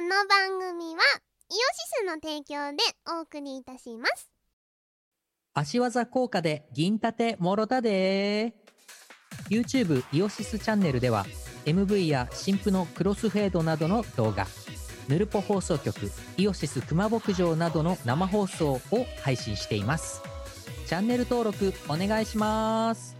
の番組はイオシスの提供でお送りいたします足技効果で銀盾もろたで YouTube イオシスチャンネルでは MV や新婦のクロスフェードなどの動画ヌルポ放送局イオシス熊牧場などの生放送を配信していますチャンネル登録お願いします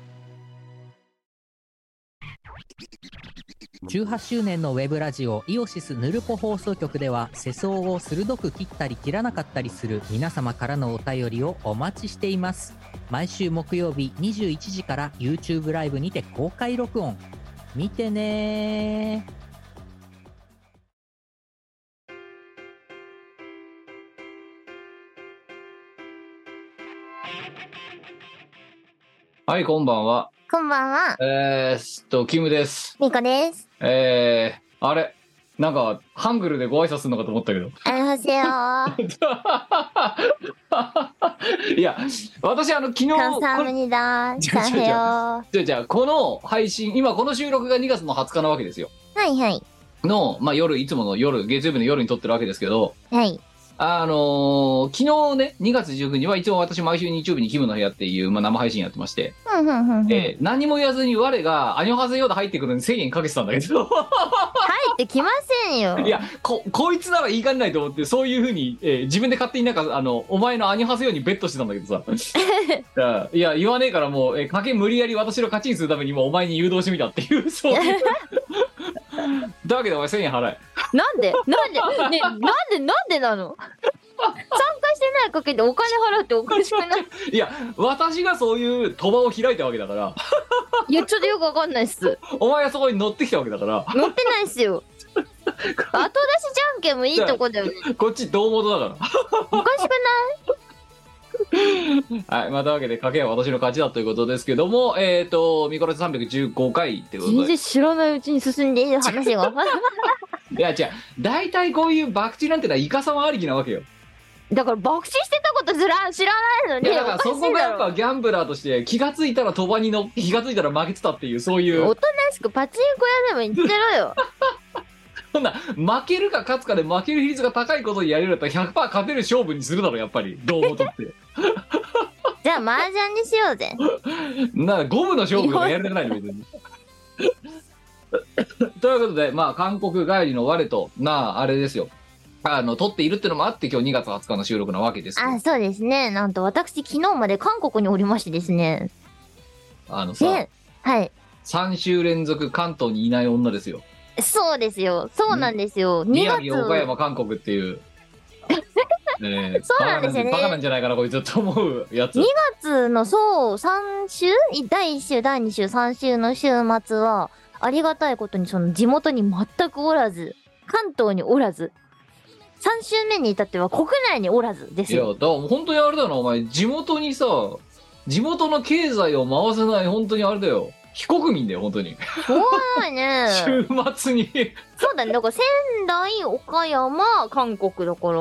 18周年のウェブラジオイオシスヌルポ放送局では世相を鋭く切ったり切らなかったりする皆様からのお便りをお待ちしています毎週木曜日21時から YouTube ライブにて公開録音見てねーはい、こんばんは。こんばんはえー、っと、キムです。みこですえー、あれなんか、ハングルでご挨拶するのかと思ったけど。 ありがとうございまいや、私、あの、昨日、すこれニダ ちょちょちょじゃあじゃあこの配信、今、この収録が2月の20日なわけですよ。はいはいの、まあ、夜、いつもの夜、月曜日の夜に撮ってるわけですけど、はいあのー昨日ね、2月19日はいつも私、毎週日曜日にキムの部屋っていう、まあ、生配信やってまして、ふんふんふんふん帰えー何も言わずに我が、アニョハゼヨで入ってくるのに制限かけてたんだけど。ってきませんよ いやここいつなら言いかねないと思ってそういうふうに、えー自分で勝手になんかあのお前のアニハセようにベットしてたんだけどさうんいや言わねえからもう、えー賭け無理やり私の勝ちにするためにもうお前に誘導してみたっていうそういうだけどお前1000円払えなんでなんで、ね、なんでなんでなの参加してないかけでお金払うっておかしくな いいや私がそういう賭場を開いたわけだからいやちょっとよくわかんないっすお前がそこに乗ってきたわけだから乗ってないっすよ後出しじゃんけんもいいとこだよねこっち胴元だかおかしくないらはいまたわけで賭けは私の勝ちだということですけどもえっ、とミコラス315回ってこと全で然知らないうちに進んでいる話がわかんないいや違う大体こういう博打なんてのはイカ様ありきなわけよだから爆死してたことずら知らないのいにやだからおかしそこいがだやっろぱギャンブラーとして気がついたら賭場にの 気がついたら負けてたっていうそういうおとなしくパチンコ屋でも行ってろよそんな負けるか勝つかで負ける比率が高いことにやれるんだったら100%勝てる勝負にするだろやっぱりどうもとって じゃあ麻雀にしようぜなゴムの勝負とかやりたくないの別に ということでまあ韓国帰りの我とまああれですよあの撮っているってのもあって今日2月20日の収録なわけですけどあそうですねなんと私昨日まで韓国におりましてですねあのさ、ねはい3週連続関東にいない女ですよそうですよ。そうなんですよ。2宮月。城、岡山、韓国って いう。ねえそうなんですよねバカなんじゃないかな、こいつと思うやつに。2月の、そう、3週い第1週、第2週、3週の週末は、ありがたいことにその地元に全くおらず、関東におらず、3週目に至っては国内におらずでいすや、よ。だから本当にあれだな、お前、地元にさ、地元の経済を回せない、本当にあれだよ。非国民だよ、本当に。。しょうがないね 週末に。えそうだね。だから仙台、岡山、韓国だから、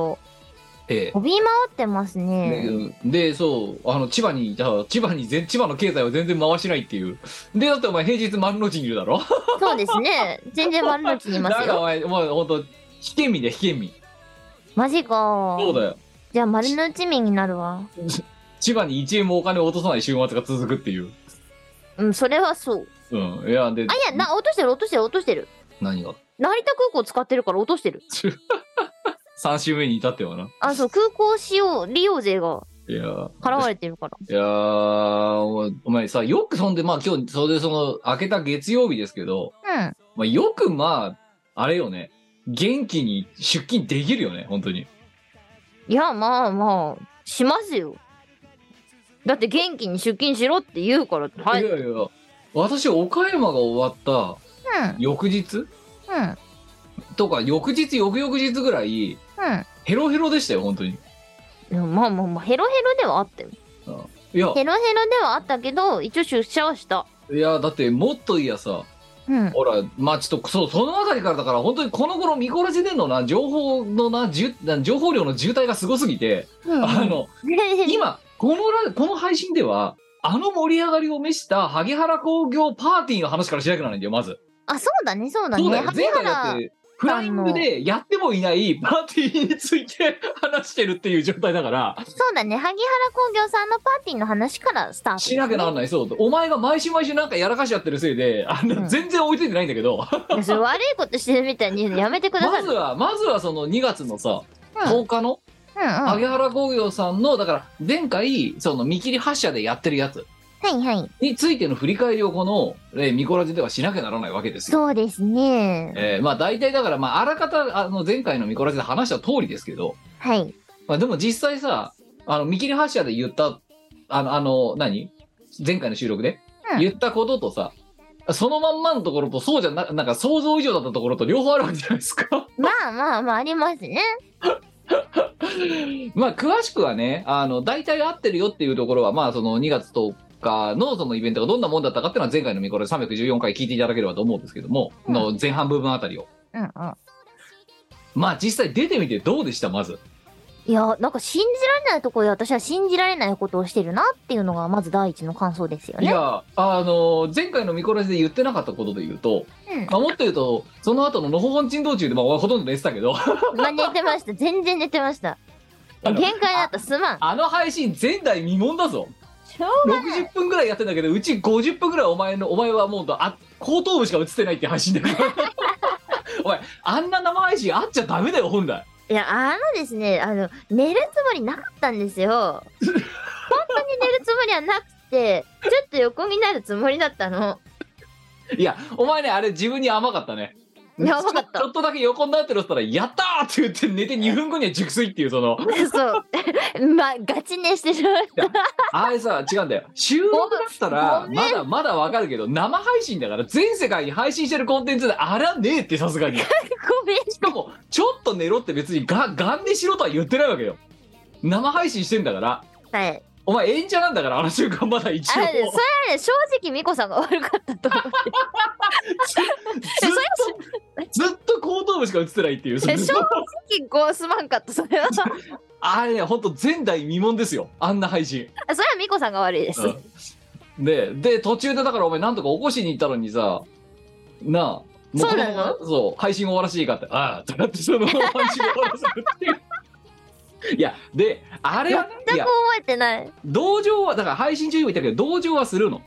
え飛び回ってますね。で、そう、あの、千葉に、だから千葉に全、千葉の経済を全然回しないっていう。で、だってお前、平日丸の内にいるだろそうですね。全然丸の内にいだまかすらよ。お前、お前、本当非県民だよ、非県民。マジか。そうだよ。じゃあ丸の内民になるわ。千葉に1円もお金を落とさない週末が続くっていう。うん、それはそう。うん。いや、で、あ、いや、な、落としてる、落としてる、落としてる。何が成田空港使ってるから落としてる。 3週目に至ってはな。あ、そう、空港使用、利用税がいやー、払われてるから。いやーおお前さ、よくそんで、まあ今日、それでその、明けた月曜日ですけど、うん。まあよくまあ、あれよね、元気に出勤できるよね、本当に。いや、まあまあ、しますよ。だって元気に出勤しろって言うから。はい。うん。やいや、私、岡山が終わった翌日うん。とか、翌日、翌々日ぐらい、ヘロヘロでしたよ、本当に。うん。まあまあまあ、ヘロヘロではあったよ。いや、ヘロヘロではあったけど、一応出社はした。いや、だって、もっといやさ、うん。ほら、まあちょっと、そう、そのあたりからだから、本当にこの頃見殺しでんのな、情報のな、じゅな情報量の渋滞がすごすぎて、うん あの、今、このラ、この配信では、あの盛り上がりを召した萩原工業パーティーの話からしなきゃならないんだよ、まず。あ、そうだね、そうだそうだね。よ、萩前回だっ原て、フライングでやってもいないパーティーについて話してるっていう状態だから、そうだね萩原工業さんのパーティーの話からスタートしなきゃならない、そう。お前が毎週毎週なんかやらかしちゃってるせいで、あの、うん全然追いついてないんだ けど、い やそれ悪いことしてるみたいに言うのやめてくださまい、ずは、まずはその2月のさ、うん10日の、うんうんは萩原工業さんの、だから、前回、その見切り発車でやってるやついはいについての振り返りをこの、えーミコラジではしなきゃならないわけですよ。そうですねえーまあ大体だから、まああらかた、あの、前回のミコラジで話した通りですけど、はいまあ、でも実際さあの見切り発車で言ったあのあの何前回の収録で、うん言ったこととさそのまんまのところとそうじゃななんか想像以上だったところと両方あるわけじゃないですかまあまあまあありますねまあ詳しくはねあの大体合ってるよっていうところはまあその2月10日のそのイベントがどんなもんだったかっていうのは前回の見頃で314回聞いていただければと思うんですけども、うんの前半部分あたりをうんうんまあ実際出てみてどうでしたまずいやなんか信じられないところで私は信じられないことをしてるなっていうのがまず第一の感想ですよいねやあの前回の見殺しで言ってなかったことで言うと、うんまあ、もっと言うとその後ののほほん沈道中で、まあ、ほとんど寝てたけどまあ寝てました全然寝てましたあ限の界だったすまん あの配信前代未聞だぞしょうがない60分ぐらいやってんだけどうち50分ぐらいお前のお前はもうあ後頭部しか映ってないって配信だから お前あんな生配信あっちゃダメだよ本来いやあのですねあの寝るつもりなかったんですよ本当に寝るつもりはなくてちょっと横になるつもりだったのいやお前ねあれ自分に甘かったねいや甘かったちょちょっとだけ横になってるっつったら「やった!」って言って寝て2分後には熟睡っていう そのそう まあガチ寝してるあれさ違うんだよ収録だったらごめんまだまだわかるけど生配信だから全世界に配信してるコンテンツであらねえってさす がにごめんしかも、ちょっと寝ろって別にが、ガンでしろとは言ってないわけよ。生配信してんだから、はいお前演者なんだから、あの瞬間まだ一あれ応。ねそれはね正直美子さんが悪かったと思ってずっと、ずっと後頭部しか映ってないっていう。え正直こうすまんかったそれはそれはあれね、ほんと前代未聞ですよ。あんな配信。美子さんが悪いです、うんで、で、途中でだからお前なんとか起こしに行ったのにさ、なあ、もこそうなのそう、配信終わらせていいかって、ああ、とかってその配信終わらせるって いう。いや、で、あれはね、い全くや覚、えてない同情は、だから配信中にも言ったけど、同情はするの。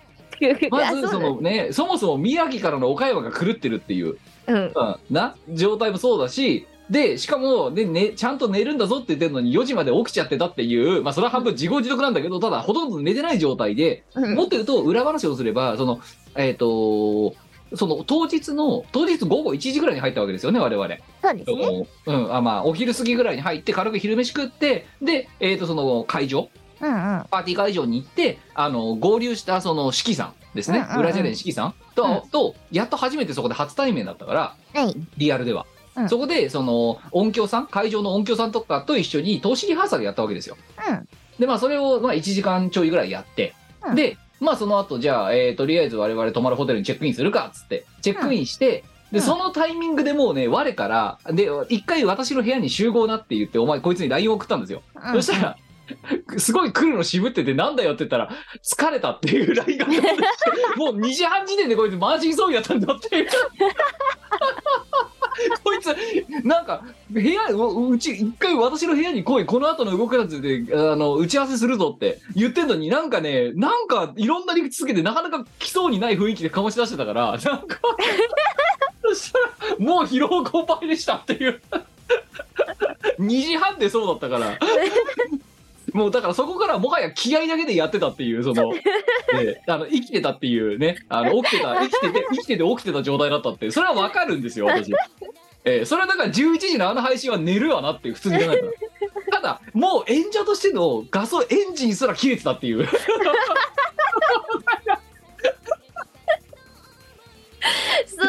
まあずそそうだのねそもそも宮城からの岡山が狂ってるっていう、うんうんな状態もそうだしでしかもねねちゃんと寝るんだぞって言ってるのに4時まで起きちゃってたっていうまあそれは半分自業自得なんだけどただほとんど寝てない状態でうんもっと言うと裏話をすればそのえっ、とその当日の当日午後1時ぐらいに入ったわけですよね我々。そうですねうんあまあ、お昼過ぎぐらいに入って軽く昼飯食ってで、えー、とその会場うんうんパーティー会場に行ってあの合流したその四季さんですね、うんうんうん裏ジャレン四季さんと,、とやっと初めてそこで初対面だったからはいリアルでは、うんそこでその音響さん会場の音響さんとかと一緒に投資リハーサルやったわけですようんでまあそれをまあ1時間ちょいぐらいやって、うんでまあその後じゃあ、えーとりあえず我々泊まるホテルにチェックインするかっつってチェックインして、うんでそのタイミングでもうね我からで一回私の部屋に集合なって言ってお前こいつに LINE を送ったんですようんそしたら、すごい来るの渋ってて、なんだよって言ったら、疲れたっていう LINE が来て、もう2時半時点でこいつマージン装備だったんだっていう。 こいつ、なんか、部屋、ううち、一回私の部屋に来い、この後の動きなんつで、あの、打ち合わせするぞって言ってんのに、なんかね、なんか、いろんな理屈つけて、なかなか来そうにない雰囲気でかまし出してたから、 なんか、そしたら、もう疲労困憊でしたっていう。2時半でそうだったから。もうだからそこからもはや気合だけでやってたっていう、その、ええあの生きてたっていうね、あ の起きてた、生きてて、生きてて起きてた状態だったって、それはわかるんですよ、私。ええそれはだから11時のあの配信は寝るわなって普通に考え たら。ただ、もう演者としての画素エンジンすら切れてたっていう。すま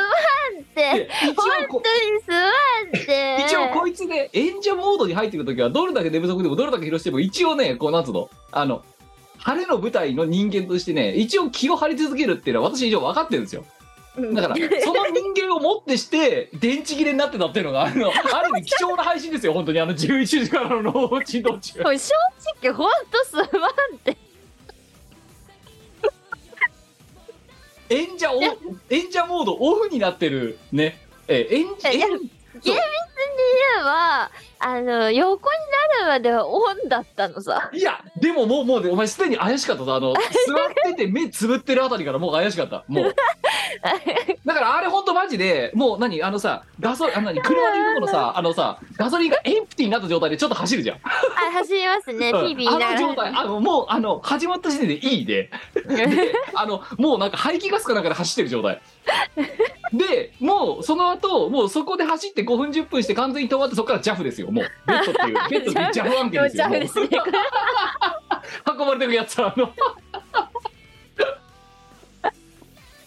んって一本応当こにすまんって一応こいつで演者モードに入ってくるときはどれだけ寝不足でもどれだけ疲労しても一応ねこうなんつうのあの晴れの舞台の人間としてね一応気を張り続けるっていうのは私以上分かってるんですよだからその人間をもってして電池切れになってたっていうのがあのある意味貴重な配信ですよ本当にあの11時からの脳沈道中これ正直ほんとすまんって演者オフ演者モードオフになってるねえー演いや演えば、あの、横になるまではオンだったのさ。いや、でももう、もうね、お前すでに怪しかったぞ。あの、座ってて目つぶってるあたりからもう怪しかった。もう。だからあれほんとマジで、もう何、あのさ、ガソリン、あの何、車で行くのさ、あのさ、ガソリンがエンプティーになった状態でちょっと走るじゃん。あ、走りますね。ピうんーピー言いなあがの状ら。態、あの、もう、あの、始まった時点でい いで、あの、もうなんか排気ガスかなんかで走ってる状 態。で、もうその後、もうそこで走って5分10分して完全に止まってそこから JAF ですよ、もう。ベッドっていう、ベッドっていう JAF 案件で すよ。もう JAF ですねもう運ばれてくやつ、あの。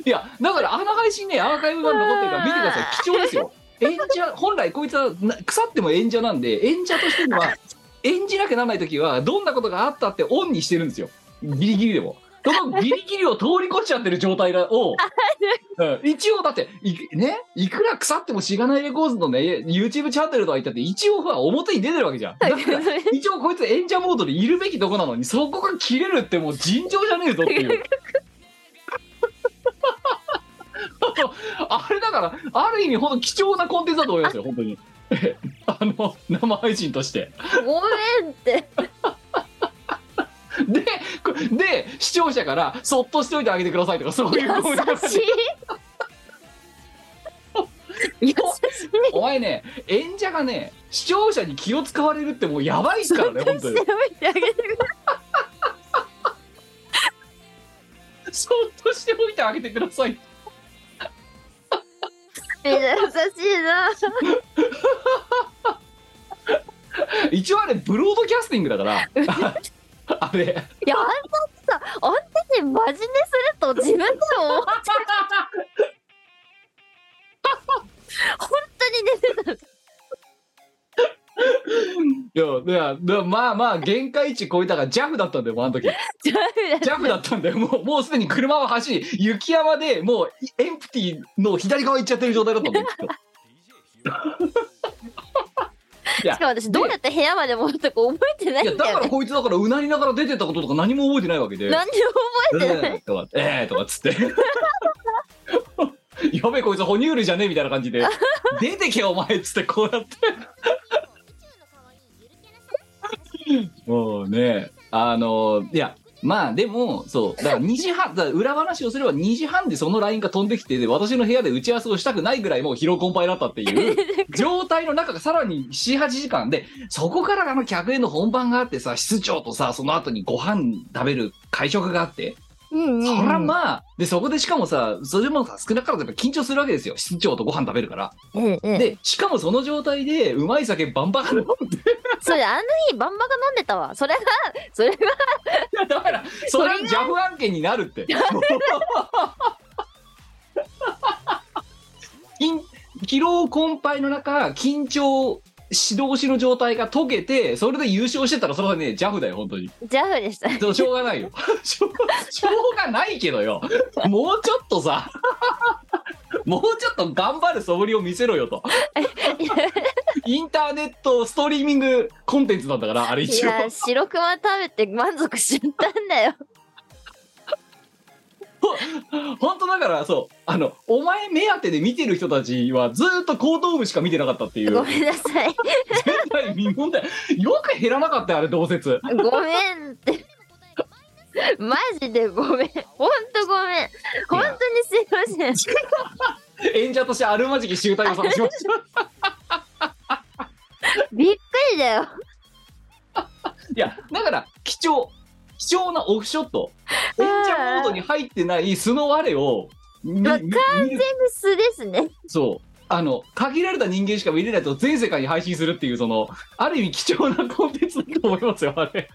いや、だからあの配信ね、アーカイブが残ってるから見てください。貴重ですよ。演者、本来こいつはな腐っても演者なんで、演者としてのは、演じなきゃならない時はどんなことがあったってオンにしてるんですよギリギリでもそのギリギリを通り越しちゃってる状態がを、うん一応だっていねいくら腐ってもしがないレコーズのね YouTube チャンネルとは言ったって一応は表に出てるわけじゃんだから一応こいつ演者モードでいるべきとこなのにそこが切れるってもう尋常じゃねえぞっていう。 あれだからある意味本当貴重なコンテンツだと思いますよ本当に あの生配信としてごめんって。で、こで、視聴者から、そっとしておいてあげてくださいとか、そういうコメントが優しい。優しい。お前ね、演者がね、視聴者に気を使われるってもうやばいっすからね、本当にして。おいてあげてくだそっとしておいてあげてくだささい。い。優しいな。一応あれ、ブロードキャスティングだから、あれ。いや、あんたさ、あんたたちマジですると自分でも思う本当に寝てた。いや、いや、だまあまあ、限界値超えたから、ジャフだったんだよ、もうあの時。ジャジャフだったんだよ。もう、もうすでに車は走り、雪山でもう、エンプティの左側行っちゃってる状態だったんだよ、きっとしかも私どうやって部屋まで戻ったか覚えてないいやんだだかよらね。こいつだからうなりながら出てったこととか何も覚えてないわけで「何にもえ覚えてない。ーとか「えーとかっつって 「やべえこいつ哺乳類じゃねえ」みたいな感じで「出てけお前」っつってこうやってもうねあのいやまあでもそうだから2時半だから裏話をすれば2時半でその LINE が飛んできてで私の部屋で打ち合わせをしたくないぐらいもう疲労困憊だったって いう状態の中がさらに78時間でそこからあの客への本番があってさ室長とさその後にご飯食べる会食があってうんそらうん。まあでそこでしかもさそれもさ少なからずやっぱ緊張するわけですよ室長とご飯食べるからうんうん。でしかもその状態でうまい酒バンバン飲んでそれあの日バンバが飲んでたわ。それがそれがだからそれジャフ案件になるって 緊疲労困憊の中緊張指導しの状態が解けてそれで優勝してたらそれはねジャフだよ本当にジャフでした。そうしょうがないよ しょうしょうがないけどよもうちょっとさ もうちょっと頑張る素振りを見せろよとインターネットストリーミングコンテンツなんだからあれい一応や白熊食べて満足しちゃったんだよ。本当だからそうあのお前目当てで見てる人たちはずーっと後頭部しか見てなかったっていうごめんなさい。絶対見問題よく減らなかったよあれ同説ごめんって。マジでごめん。ほんとごめん。ほんとにすいません。演者としてあるまじき集大を探 しましたびっくりだよ。いや、だから、貴重、貴重なオフショット。演者モードに入ってない素の我を見、わ見見る全部素ですね。そう。あの、限られた人間しか見れないと全世界に配信するっていう、その、ある意味貴重なコンテンツだと思いますよ、あれ。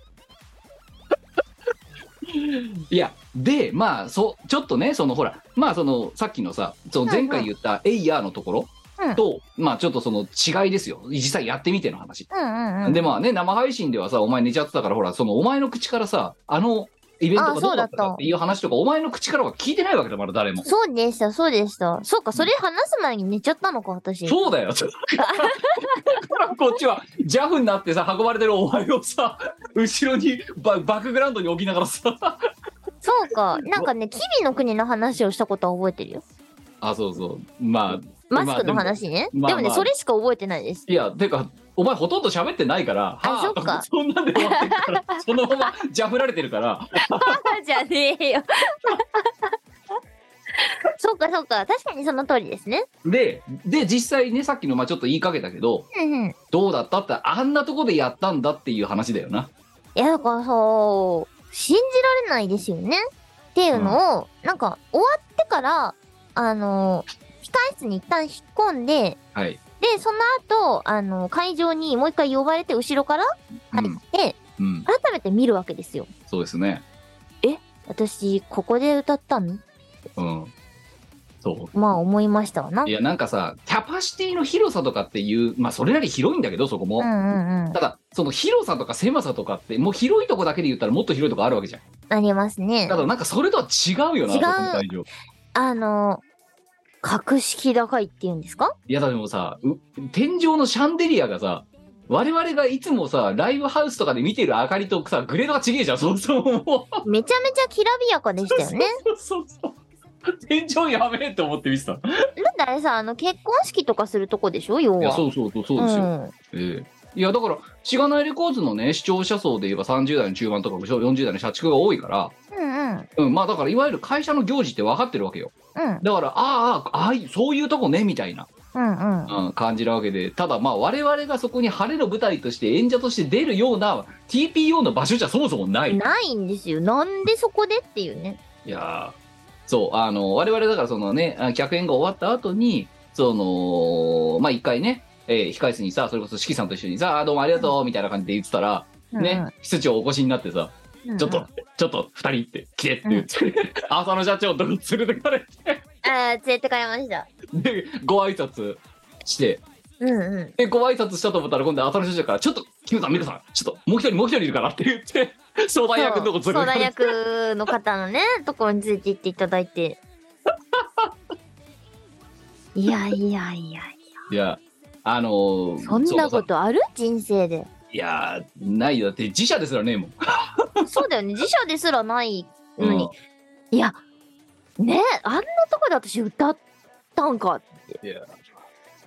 いや、で、まあ、そう、ちょっとね、その、ほら、まあ、その、さっきのさ、その前回言った、エイヤーのところうんと、まあ、ちょっとその違いですよ。実際やってみての話。うんうんうん。でまあね生配信ではさお前寝ちゃってたからほらそのお前の口からさあのイベントがどうだったかっていう話とかお前の口からは聞いてないわけだから誰も。そうでした、そうでした。そうか、それ話す前に寝ちゃったのか、私。そうだよ。 だからこっちは JAF になってさ運ばれてるお前をさ後ろにババックグラウンドに置きながらさそうか。なんかね、キビの国の話をしたことは覚えてるよ。あそうそうまあマスクの話ね。まあででもね、もまあまあそれしか覚えてないです。いや、てか、お前ほとんど喋ってないから、あはそっか そんなんで終わって るから、そのままジャフられてるから、じゃねえよ。 そうかそうか、確かにその通りですね。で、で、実際ね、さっきの、まあちょっと言いかけたけど、うんうん。いどうだったって、あんなとこでやったんだっていう話だよな。や、だからそう、信じられないですよね。っていうのを、なんか、終わってから、あの、控室に一旦引っ込んで、はい。で、その後、あの、会場にもう一回呼ばれて、後ろから入って、うん。うん、改めて見るわけですよ。そうですね。私、ここで歌ったのうん。そう。まあ、思いましたわな。ういんやなんかさキャパシティの広さとかっていうまあそれなり広いんだけどそこも、うんうんた。だその広さとか狭さとかってもう広いとこだけで言ったらもっと広いとこあるわけじゃんありますねた。だなんかそれとは違うよな違うあそこの会場あの、格式高いっていうんですかいやだでもさう天井のシャンデリアがさ我々がいつもさライブハウスとかで見てる明かりとさグレードが違えじゃんそうそうもうめちゃめちゃきらびやかでしたよね。そうそうそう天井やべえと思って見てたいなんであれさ、あの、結婚式とかするとこでしょ要は。やそうそうそうそうですよ、ん。ええいやだからしがないレコーズのね視聴者層で言えば30代の中盤とか40代の社畜が多いから、うんうん。うん、まあだからいわゆる会社の行事って分かってるわけようん。だからああああああいうそういうとこねみたいな、うんうん。うん、感じなわけでただまあ我々がそこに晴れの舞台として演者として出るような TPO の場所じゃそもそもない、いないんですよ。なんでそこでっていうね。やーそうあの我々だからそのねあ客演が終わった後にそのまあ一回ね、えー、控え室にさそれこそ四季さんと一緒にさあーどうもありがとうみたいな感じで言ってたら、ね、室長お越しになってさ、うんうん。ちょっと、ちょっと、二人って、来てって言って、浅野社長と連れてかれて、ああ、連れてかれました。で、ご挨拶して、うんうん。で、ご挨拶したと思ったら、今度浅野社長から、ちょっと、キムさん、美香さん、ちょっと、もう一人、もう一人いるからって言って、 相談役のとこそう連れ相てか談れて、役の方の ね、ところについて行っていただいて。いやいやいや、いや、あのーそんなそこうそとある人生で。ういや、ないよ。だって、自社ですらねえもん。そうだよね。自社ですらないのうんに。いや、ねあんなとこで私歌ったんか。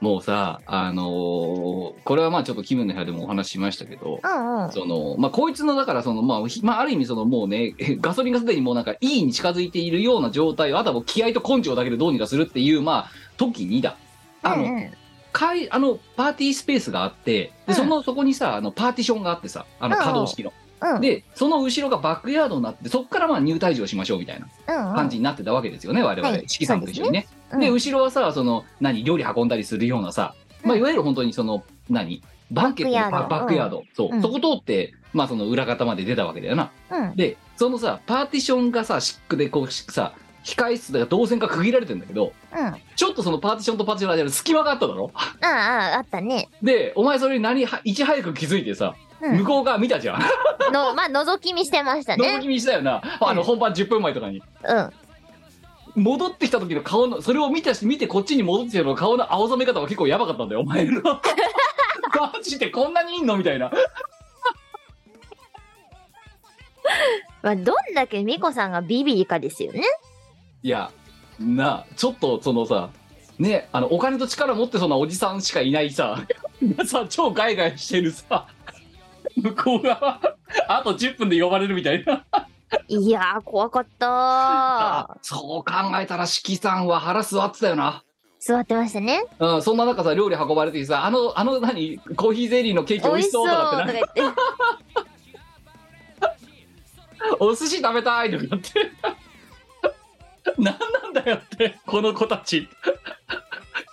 もうさ、あのーこれはまあ、ちょっと、キムの部屋でもお話ししましたけど、うんうん。そのまあ、こいつのだからその、まあひまあ、ある意味そのもうね ガソリンがすでにもうなんか E に近づいているような状態をあとはもう気合と根性だけでどうにかするっていうまあ時にだあの,、うんうんかいあのパーティースペースがあってでそのそこにさあのパーティションがあってさあのうんうん可動式の、うんでその後ろがバックヤードになってそこからまあ入退場しましょうみたいなうんうん感じになってたわけですよね、我々、はい四季さんと一緒にね。そうですねうんで後ろはさその何料理運んだりするようなさ、まあ、うんいわゆる本当にその何バンケットのバババッッククヤヤーードド、そう、うんそこ通って、まあ、その裏方まで出たわけだよな。うんでそのさパーティションがさシックでこうしさ控室が動線が区切られてんだけどうん。あちょっとそのパーティションとパーティションの間に隙間があっただろあ、あああったね。でお前それに何はいち早く気づいてさ、うん向こう側見たじゃんの、まあ、覗き見してました覗ね。き見したよな、あの本番10分前とかにうん。戻ってきた時の顔のそれを見たし見てこっちに戻ってきた時の顔の青ざめ方は結構やばかったんだよお 前のマジでこんなにいんのみたいなまあ、どんだけミコさんがビビリかですよね。いやなあちょっとそのさねあのお金と力持ってそうなおじさんしかいないささ超ガイガイしてるさ向こう側あと10分で呼ばれるみたいないやー、怖かった ー。そう考えたら四季さんは腹座ってたよな座ってましたね。うん、そんな中さ料理運ばれてきてさあのあの何コーヒーゼリーのケーキ美美味味ししそそううととかってかな言って。お寿司食べたいとかなって 何なんだよってこの子たち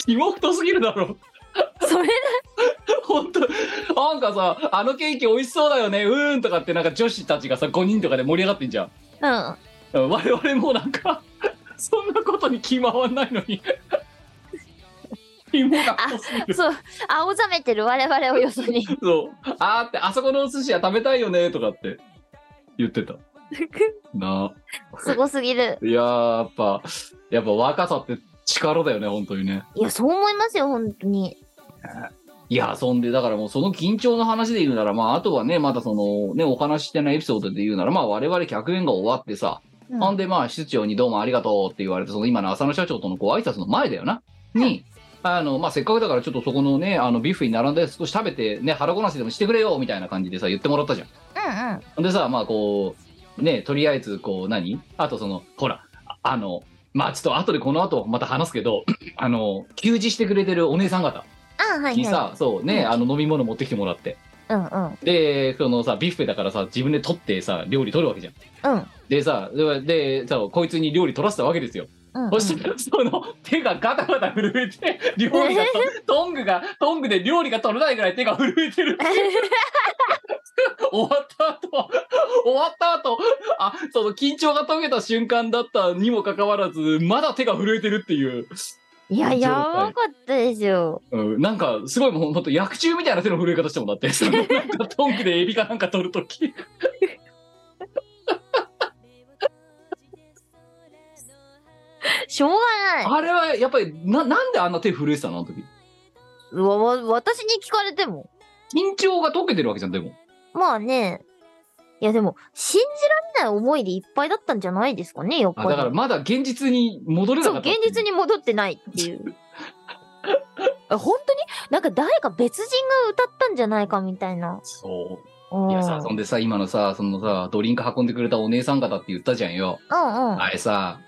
キモ太すぎるだろ それ本当なんかさあのケーキ美味しそうだよねうーんとかってなんか女子たちがさ5人とかで盛り上がってんじゃんだ。うん我々もうなんかそんなことに気回んないの にキモが太すぎうん。るそう、青ざめてる我々をよそ に。そうあーってあそこのお寿司は食べたいよねとかって言っ てたなあすごすぎる。いやーやっぱやっぱ若さって力だよね本当にねいや、そう思いますよ、本当に。いや、そんで、だからもうその緊張の話で言うなら、まあ、あとはね、まだその、ね、お話ししてないエピソードで言うなら、まあ、我々客演が終わってさ、うんほんで、まあ、室長にどうもありがとうって言われて、その今の浅野社長とのご挨拶の前だよな、に、あの、まあ、せっかくだからちょっとそこのね、あの、ビュッフェに並んで少し食べて、ね、腹ごなしでもしてくれよ、みたいな感じでさ、言ってもらったじゃん。うんうん。でさまあこうねとりあえずこう何あとそのほらああのまあちょっと後でこの後また話すけど あの給仕してくれてるお姉さん方あはいはい。にさ、そうね、あの飲み物持ってきてもらってうんうん。でそのさビュッフェだからさ自分で取ってさ料理取るわけじゃんうん。でさででさこいつに料理取らせたわけですよ、うん、うんそしたらその手がガタガタ震えて料 理がトングがトングで料理が取れないぐらい手が震えてる 終わった後、終わった後、あ、その緊張が解けた瞬間だったにもかかわらず、まだ手が震えてるっていう、 いや、状態やばかったですよ。うん、なんかすごいもうほんと薬中みたいな手の震え方してもらって、 そのなんかトンクでエビかなんか取ると き。しょうがない。あれはやっぱり、な、なんであんな手震えてたのあの時。わ、わ、私に聞かれても。緊張が解けてるわけじゃん、でも。まあね。いや、でも、信じられない思いでいっぱいだったんじゃないですかね、やっぱあり。だからまだ現実に戻れなそう、かった現実に。に戻ってないっていう。 あ本当になんか誰か別人が歌ったんじゃないかみたいな。そうう。ん。いやさ、そんでさ、今のさ、そのさ、ドリンク運んでくれたお姉さん方って言ったじゃんよ。うんうん。あれさ、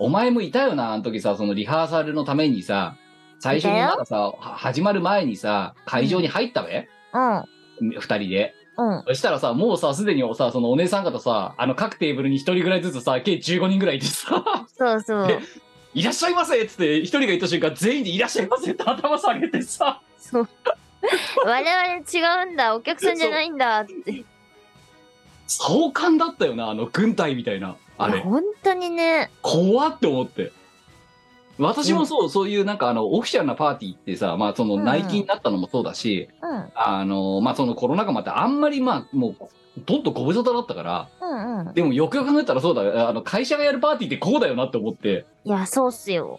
お前もいたよな、あの時さ、そのリハーサルのためにさ、最初にいたよまださ、は始まる前にさ、会場に入ったべ、うん。二人で。うん。そしたらさ、もうさ、すでにさ、そのお姉さん方さ、あの各テーブルに一人ぐらいずつさ、計15人ぐらいいてさ、そうそうえ。 いらっしゃいませっつって、一人が言った瞬間、全員でいらっしゃいませって頭下げてさ、そう。我々違うんだ。お客さんじゃないんだって。壮観だったよな、あの軍隊みたいな。あいやれ、本当にね。怖って思って。私もそう、そういうなんかあの、オフィシャルなパーティーってさ、まあその内勤になったのもそうだし、うん。あの、まあ、そのコロナ禍もあって、あんまりまあ、もう、どんどんご無沙汰だったから、うんうん。でもよくよく考えたらそうだ、あの、会社がやるパーティーってこうだよなって思って、いや、そうっすよ。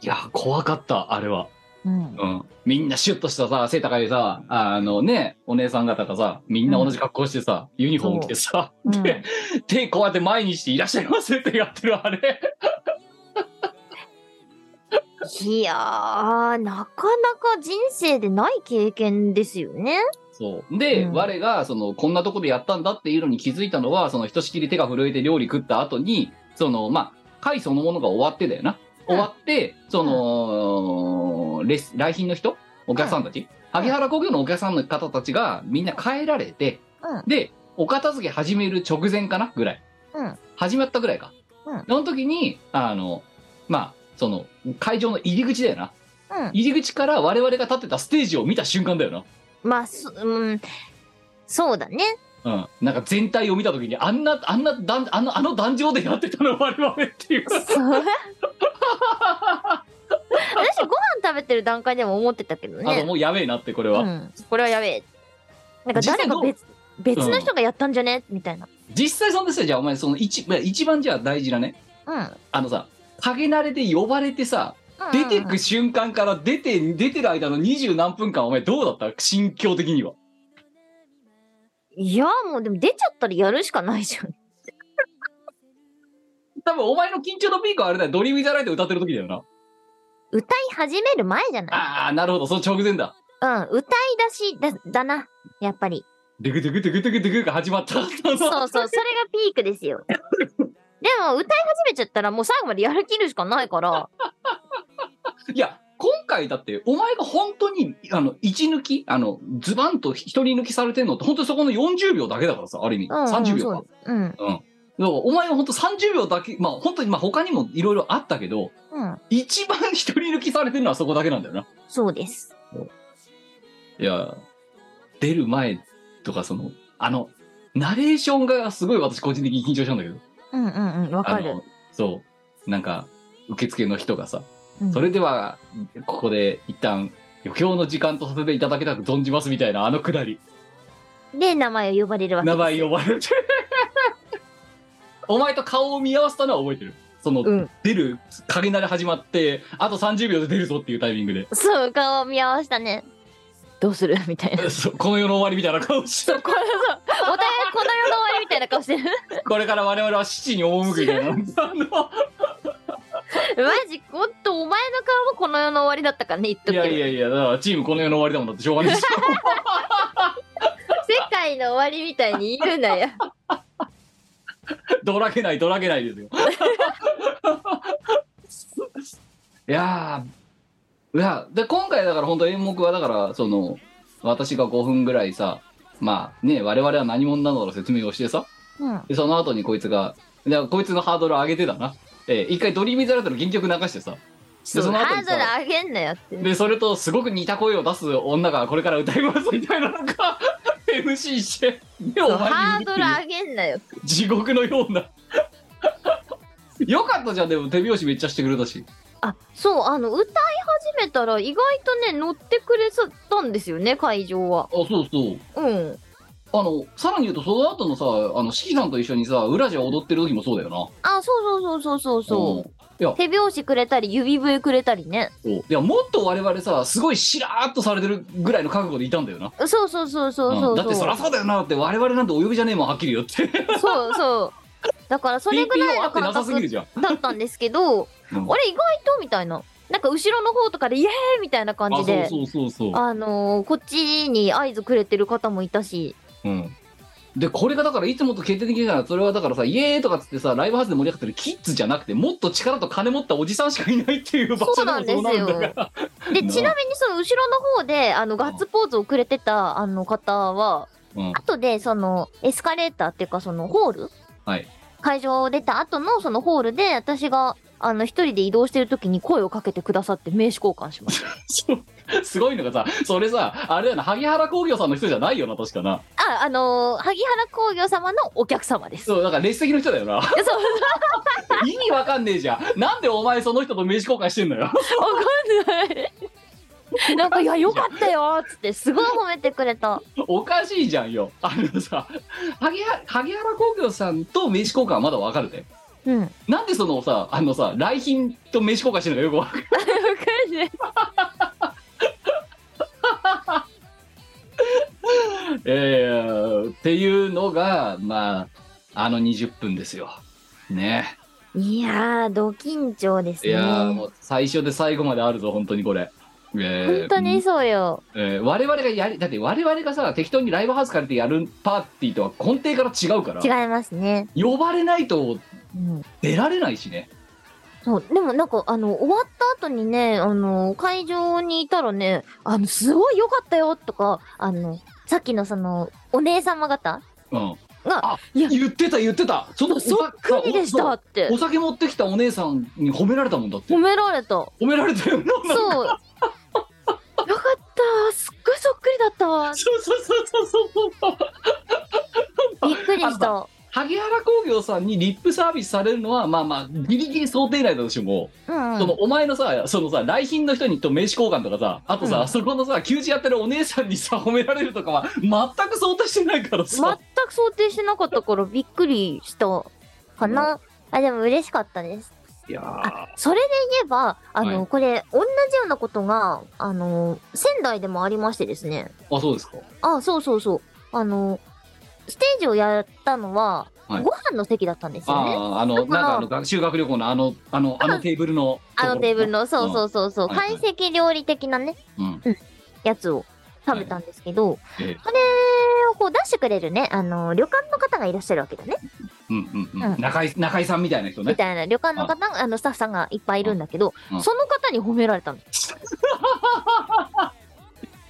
いや、怖かった、あれは。うん。うん。みんなシュッとしたさ、背高いさ、あのね、お姉さん方がさ、みんな同じ格好してさ、ユニフォーム着てさ、うんで、手こうやって前にしていらっしゃいませってやってる、あれ。いやー、なかなか人生でない経験ですよね。そう。で、うん我が、その、こんなとこでやったんだっていうのに気づいたのは、その、ひとしきり手が震えて料理食った後に、その、まあ、会そのものが終わってだよな。うん終わって、その、レス来賓の人お客さんたち、萩原工業のお客さんの方たちが、みんな帰られて、うんで、お片付け始める直前かなぐらい。うん始まったぐらいか。うんその時に、あの、まあ、その、会場の入り口だよな。うん。入り口から我々が立ってたステージを見た瞬間だよな。まあ、そ、うん。そうだね。うん、なんか全体を見たときにあんなあんなだんあのあの壇上でやってたの我々っ ていうそう私ご飯食べてる段階でも思ってたけどあとね。もうやべえなってこれは、うん、これはやべえ。なんか誰か別別の人がやったんじゃね、みたいな。実際そんですよじゃあお前その一まあ一番じゃあ大事なねうん。あのさ陰慣れで呼ばれてさうん出てく瞬間から出て出てる間の二十何分間お前どうだった心境的にはいや、もうでも出ちゃったらやるしかないじゃん。多分お前の緊張のピークはあれだよドリームイザライト歌ってる時だよな歌い始める前じゃないああなるほどその直前だうん、歌い出しだだな。やっぱり。ドゥクドゥクドゥクドゥクドゥクが始まったそうそう、それがピークです よ。でも、歌い始めちゃったらもう最後までやりきるしかないから。 いや、今回だって、お前が本当に、あの、一抜き、あの、ズバンと一人抜きされてんのって、本当にそこの40秒だけだからさ、ある意味。うん、うん30秒そか。だううん。からお前は本当30秒だけ、まあ本当に、まあ他にもいろいろあったけど、うん。一番一人抜きされてるのはそこだけなんだよな。そうです。いや、出る前とか、その、あの、ナレーションがすごい私個人的に緊張したんだけど。うんうんうん、わかあるの。そう。なんか、受付の人がさ、うんそれでは、ここで一旦余興の時間とさせていただけたく存じますみたいな、あのくだり。で、名前を呼ばれるわけ名前呼ばれて。 お前と顔を見合わせたのは覚えてる。その、うん出る、陰なれ始まって、あと30秒で出るぞっていうタイミングで。 そう、顔を見合わせたね。どうするみたい な。そうこの世の終わりみたいな顔して、これそうお互いこの世の終わりみたいな顔して る。これから我々は死地に赴くみたいな。あのマジ、ほんととお前の顔もこの世の終わりだったからね、言っとくいけどやいやいや、だからチームこの世の終わりだもんだってしょうがないでし世界の終わりみたいに言うな よ。ょ。 どらけない、どらけないですよ。 いやー、いや、で、今回だから本当演目はだから、その、私が5分ぐらいさ、まあね、我々は何者なのか説明をしてさ、うん。で、その後にこいつが、でこいつのハードル上げてたな。えー一回ドリーミーザラルトの原曲流してさ、そうその後ハにーさドル上げんなよって。で、それとすごく似た声を出す女がこれから歌いますみたいなのが、MC して、で、そうお前ハーに言ドうっていうル上げんなよ。地獄のような。 よかったじゃん、でも手拍子めっちゃしてくれたし。あ、そう、あの、歌い始めたら意外とね、乗ってくれたんですよね、会場はあ、。そうそう。うん。あの、さらに言うと、その後のさ、あの、シキさんと一緒にさ、裏じゃ踊ってる時もそうだよな。あ、そうそうそうそうそうそう。いや、手拍子くれたり、指笛くれたりね。そういや、もっと我々さ、すごいしらーっとされてるぐらいの覚悟でいたんだよな。そうそうそうそうそうそう。うんだってそりゃそうだよなって、我々なんてお呼びじゃねえもん、はっきり言って。そうそう。だからそれぐらい PP は合のってな感さすぎ覚るじゃん。だったんですけど、うんあれ意外とみたいな。なんか後ろの方とかでイエーイみたいな感あ、じそうで、そうそうそう。あのーこっちに合図くれてる方もいたし、うん、でこれがだからいつもと決定的じゃないそれはだからさ「イエーイ!」とかっつってさライブハウスで盛り上がってるキッズじゃなくてもっと力と金持ったおじさんしかいないっていう場そ所うでなもんですそうなるんだよか。で、なあちなみにその後ろの方で、あの、ガッツポーズをくれてた、あの方は、らうん後で、その、エスカレーターっていうか、その、ホールはい会場を出た後の、そのホールで、私が、あの、一人で移動してる時に声をかけてくださって名刺交換しました。そう すごいのがさそれさあれだな萩原工業さんの人じゃないよな確かなあ、あのー萩原工業様のお客様 です。そうだから列席の人だよない やそう意味わかんねえじゃんなんでお前その人と名刺交換してんのよわ かんない。なんか、いや、よかったよっつって、すごい褒めてくれた。おかしいじゃんよあのさ萩原萩原工業さんと名刺交換はまだわかるねうん。わなんでそのさあのさ来賓と名刺交換してるのかよくわかんない かんない。えー、っていうのが、まあ、あの20分ですよ。ね。いやー、ど緊張ですいね。やーもう最初で最後まであるぞ、本当にこれ。え本ー当に、そうよ。えー我々がやり、だって我々がさ、適当にライブハウス借りてやるパーティーとは根底から違うから、違いますね。呼ばれないとうん。出られないしね。そう、でもなんか、あの、終わった後にね、あの、会場にいたらね、あの、すごい良かったよとか、あの、さっきのその、お姉様方うん。が、あいや言ってた言ってたそのそっくりでしたっおてお、酒持ってきたお姉さんに褒められたもんだって褒。められた。 そう。褒められたよな。よかった。すっごいそっくりだったわ。そうそうそうそうそう。びっくりした。萩原工業さんにリップサービスされるのはまあまあギリギリ想定内だとしても、うん、うん。そのお前のさそのさ来賓の人にと名刺交換とかさあとさ、うんそこのさ給仕やってるお姉さんにさ褒められるとかは全く想定してないから全さ、く想定してなかったからびっくりしたかな、あでも嬉しかったですいやーそれで言えばあの、はこれ同じようなことがあの仙台でもありましてですねあそうですかあそうそうそうあのステージをやったのは、はいご飯の席だったんですよねあああのなだんからかあの学修学旅行のあのあのあのテーブルのあのテーブルのそうそうそうそう、はいはい懐石料理的なねうん、うんやつを食べたんですけど、ええそれをこう出してくれるねあの旅館の方がいらっしゃるわけだねうんうん、うん中井中井さんみたいな人みねたいな旅館の方が、あのスタッフさんがいっぱいいるんだけど、うんその方に褒められたの。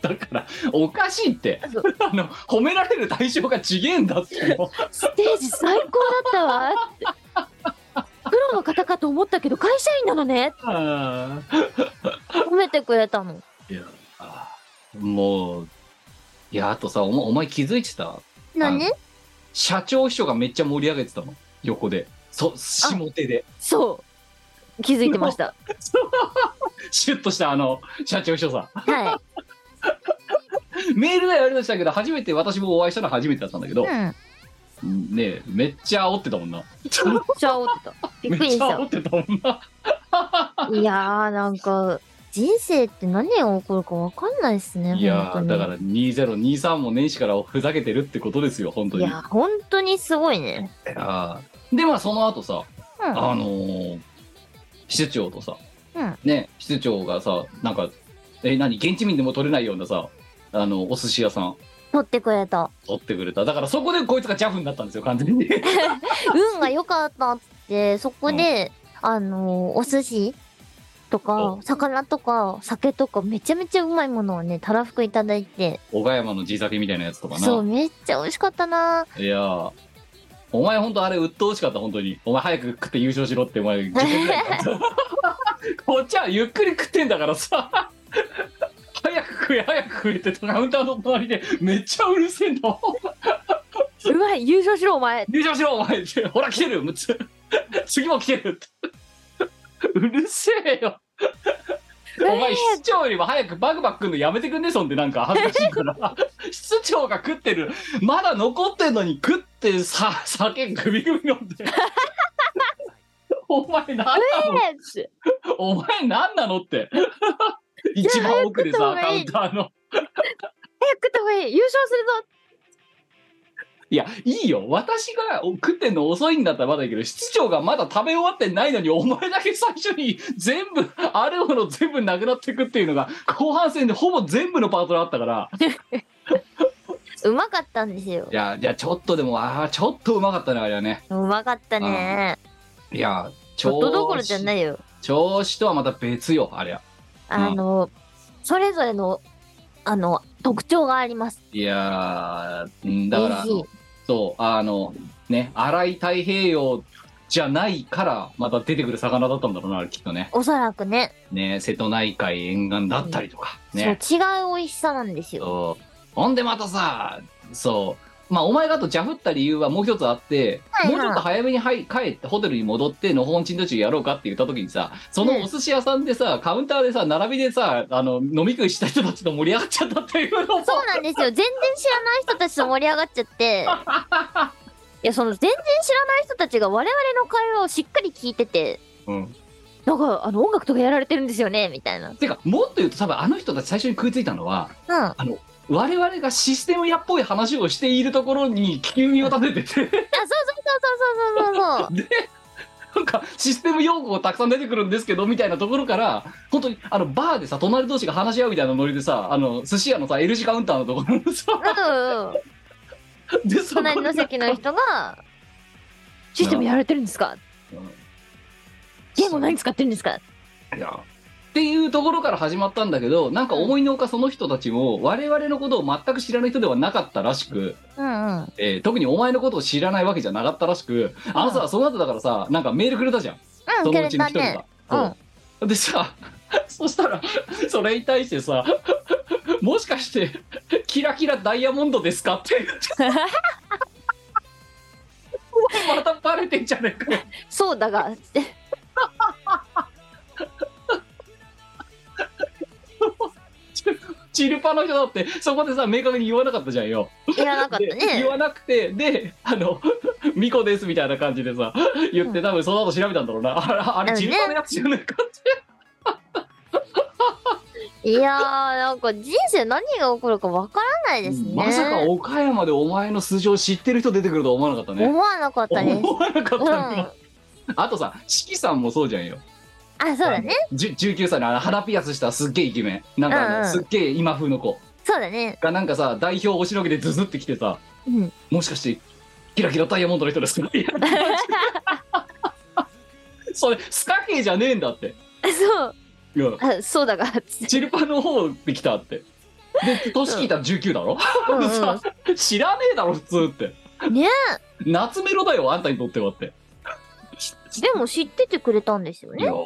だからおかしいってそう あの褒められる対象が違えんだっ てもうステージ最高だったわって。プロの方かと思ったけど会社員なのねってあー褒めてくれたの。いや、あもう、いや、あとさ、お前お前気づいてた何あ社長秘書がめっちゃ盛り上げてたの、横で。そ、下手で。そう。気づいてま した。シュッとしたあの、社長秘書さはん。メールではやりましたけど、初めて、私もお会いしたのは初めてだったんだけい。ど、うん。ねえ、めっちゃ煽ってたもんな。めっちゃ煽ってた。びめっっくりしちゃた煽。ってたもんな。いやーなんか人生って何が起こるかわかんないですね。いや本ー、当だにから2023も年始からふざけてるってことですよ、本当いに。や本当にすごいね。いやーで、まあ、その後さ、うん。あのー、施設長とさ、ううんね室長がさなんかえ何現地民でも取れないようなさあのお寿司屋さん取ってくれた。取ってくれただからそこでこいつがジャフになったんですよ完全に 運が良かったって、そこで、あのーお寿司とかお、魚とか、酒とか、めちゃめちゃうまいものをね、たらふくいただいて、岡山の地酒みたいなやつとかなそう、めっちゃ美味しかったないやーお前ほんとあれ鬱陶しかった本当にお前早く食って優勝しろって お前10分ぐらい言ったこっちはゆっくり食ってんだからさ 早く食え早く食えってカウンターの隣でめっちゃうるせえんだもんうまい優勝しろ、お前優勝しろお前ってほら来てるつ次も来てる ってうるせえよお前室長よりも早くバクバクくんのやめてくんねそんでなんか恥ずかしいから 室長が食ってるまだ残ってんのに食ってさ酒グビグビ飲んでお前なんなのえーってお前なんなのって一番奥でさいやカウ早ンくターの早く食った方がいい優勝するぞいやいいよ私が食ってんの遅いんだったらまだいいけど室長がまだ食べ終わってないのにお前だけ最初に全部あるもの全部なくなってくっていうのが後半戦でほぼ全部のパートナーあったからうまかったんですよい。や、じゃあちょっとでも、ああ、ちょっとうまかったね、あれはね。うまかったね。いや、。ちょっとどころじゃないいよ。調子とはまた別よ、あれは。あの、それぞれの、あの、特徴があります。いやー、うんだ美か味らし、い。そう、あの、ね、荒い太平洋じゃないから、また出てくる魚だったんだろうな、あれきっとね。おそらくね、ね、瀬戸内海沿岸だったりとか、ね。そう、違う美味しさなんですよ。そうほんでまたさ、そう、まあ、お前があとジャフった理由はもう一つあって、はいはいもうちょっと早めに、はい、帰ってホテルに戻って、のほんちんどちやろうかって言った時にさ、そのお寿司屋さんでさ、カウンターでさ、並びでさ、あの、飲み食いした人たちと盛り上がっちゃったっていう のも、そうなんですよ。全然知らない人たちと盛り上がっちゃって。 いや、その全然知らない人たちが我々の会話をしっかり聞いてて、うん。なんか、あの、音楽とかやられてるんですよね、みたいな。うん。てか、もっと言うと多分あの人たち最初に食いついたのは、あの、我々がシステム屋っぽい話をしているところに利き耳を立ててて、あ、そうそうそうそうそうそうそう。なんかシステム用語がたくさん出てくるんですけど、みたいなところから、本当にあの、バーでさ、隣同士が話し合うみたいなノリでさ、あの、寿司屋のさ、L 字カウンターのところのさ、 うんうん。で、そこに隣の席の人が、システムやられてるんですかうんゲーム何使ってるんですかいやっていうところから始まったんだけどなんか思いのほかその人たちも我々のことを全く知らない人ではなかったらしく、うんうん。えー特にお前のことを知らないわけじゃなかったらしくあのさ、その後だからさなんかメールくれたじゃんうそん、くのうれちのた一人ねが。。そうでさ そしたらそれに対してさ「もしかしてキラキラダイヤモンドですか?」って言ってお前またバレてんじゃねえかよそうだが、ってチルパの人だってそこでさ明確に言わなかったじゃんよ言わなかっでたね言。わなくてであの「ミコです」みたいな感じでさ言って多分その後調べたんだろうなあれうあれんねジルパのやつじゃないかっていやー、なんか人生何が起こるかわからないですね。まさか岡山でお前の素性知ってる人出てくるとは思わなかったね思わなかったです。思わなかっうん。たあね、、あとさ四季さんもそうじゃんよそうだね。じゅ19歳のあの腹ピアスしたすっげえイケメンなんかあのうんうんすっげえ今風の子そうだね。がなんかさ代表おしのぎでズズってきてさうん。もしかしてキラキラダイヤモンドの人で すかいやそれスカ系じゃねえんだってそう。いやあ、そうだが、つって。チルパの方で来たって。で、年聞いたら19だろ、うんうん さ知らねえだろ、普通って。ね夏メロだよ、あんたにとってはって。でも知っててくれたんですよいやね。。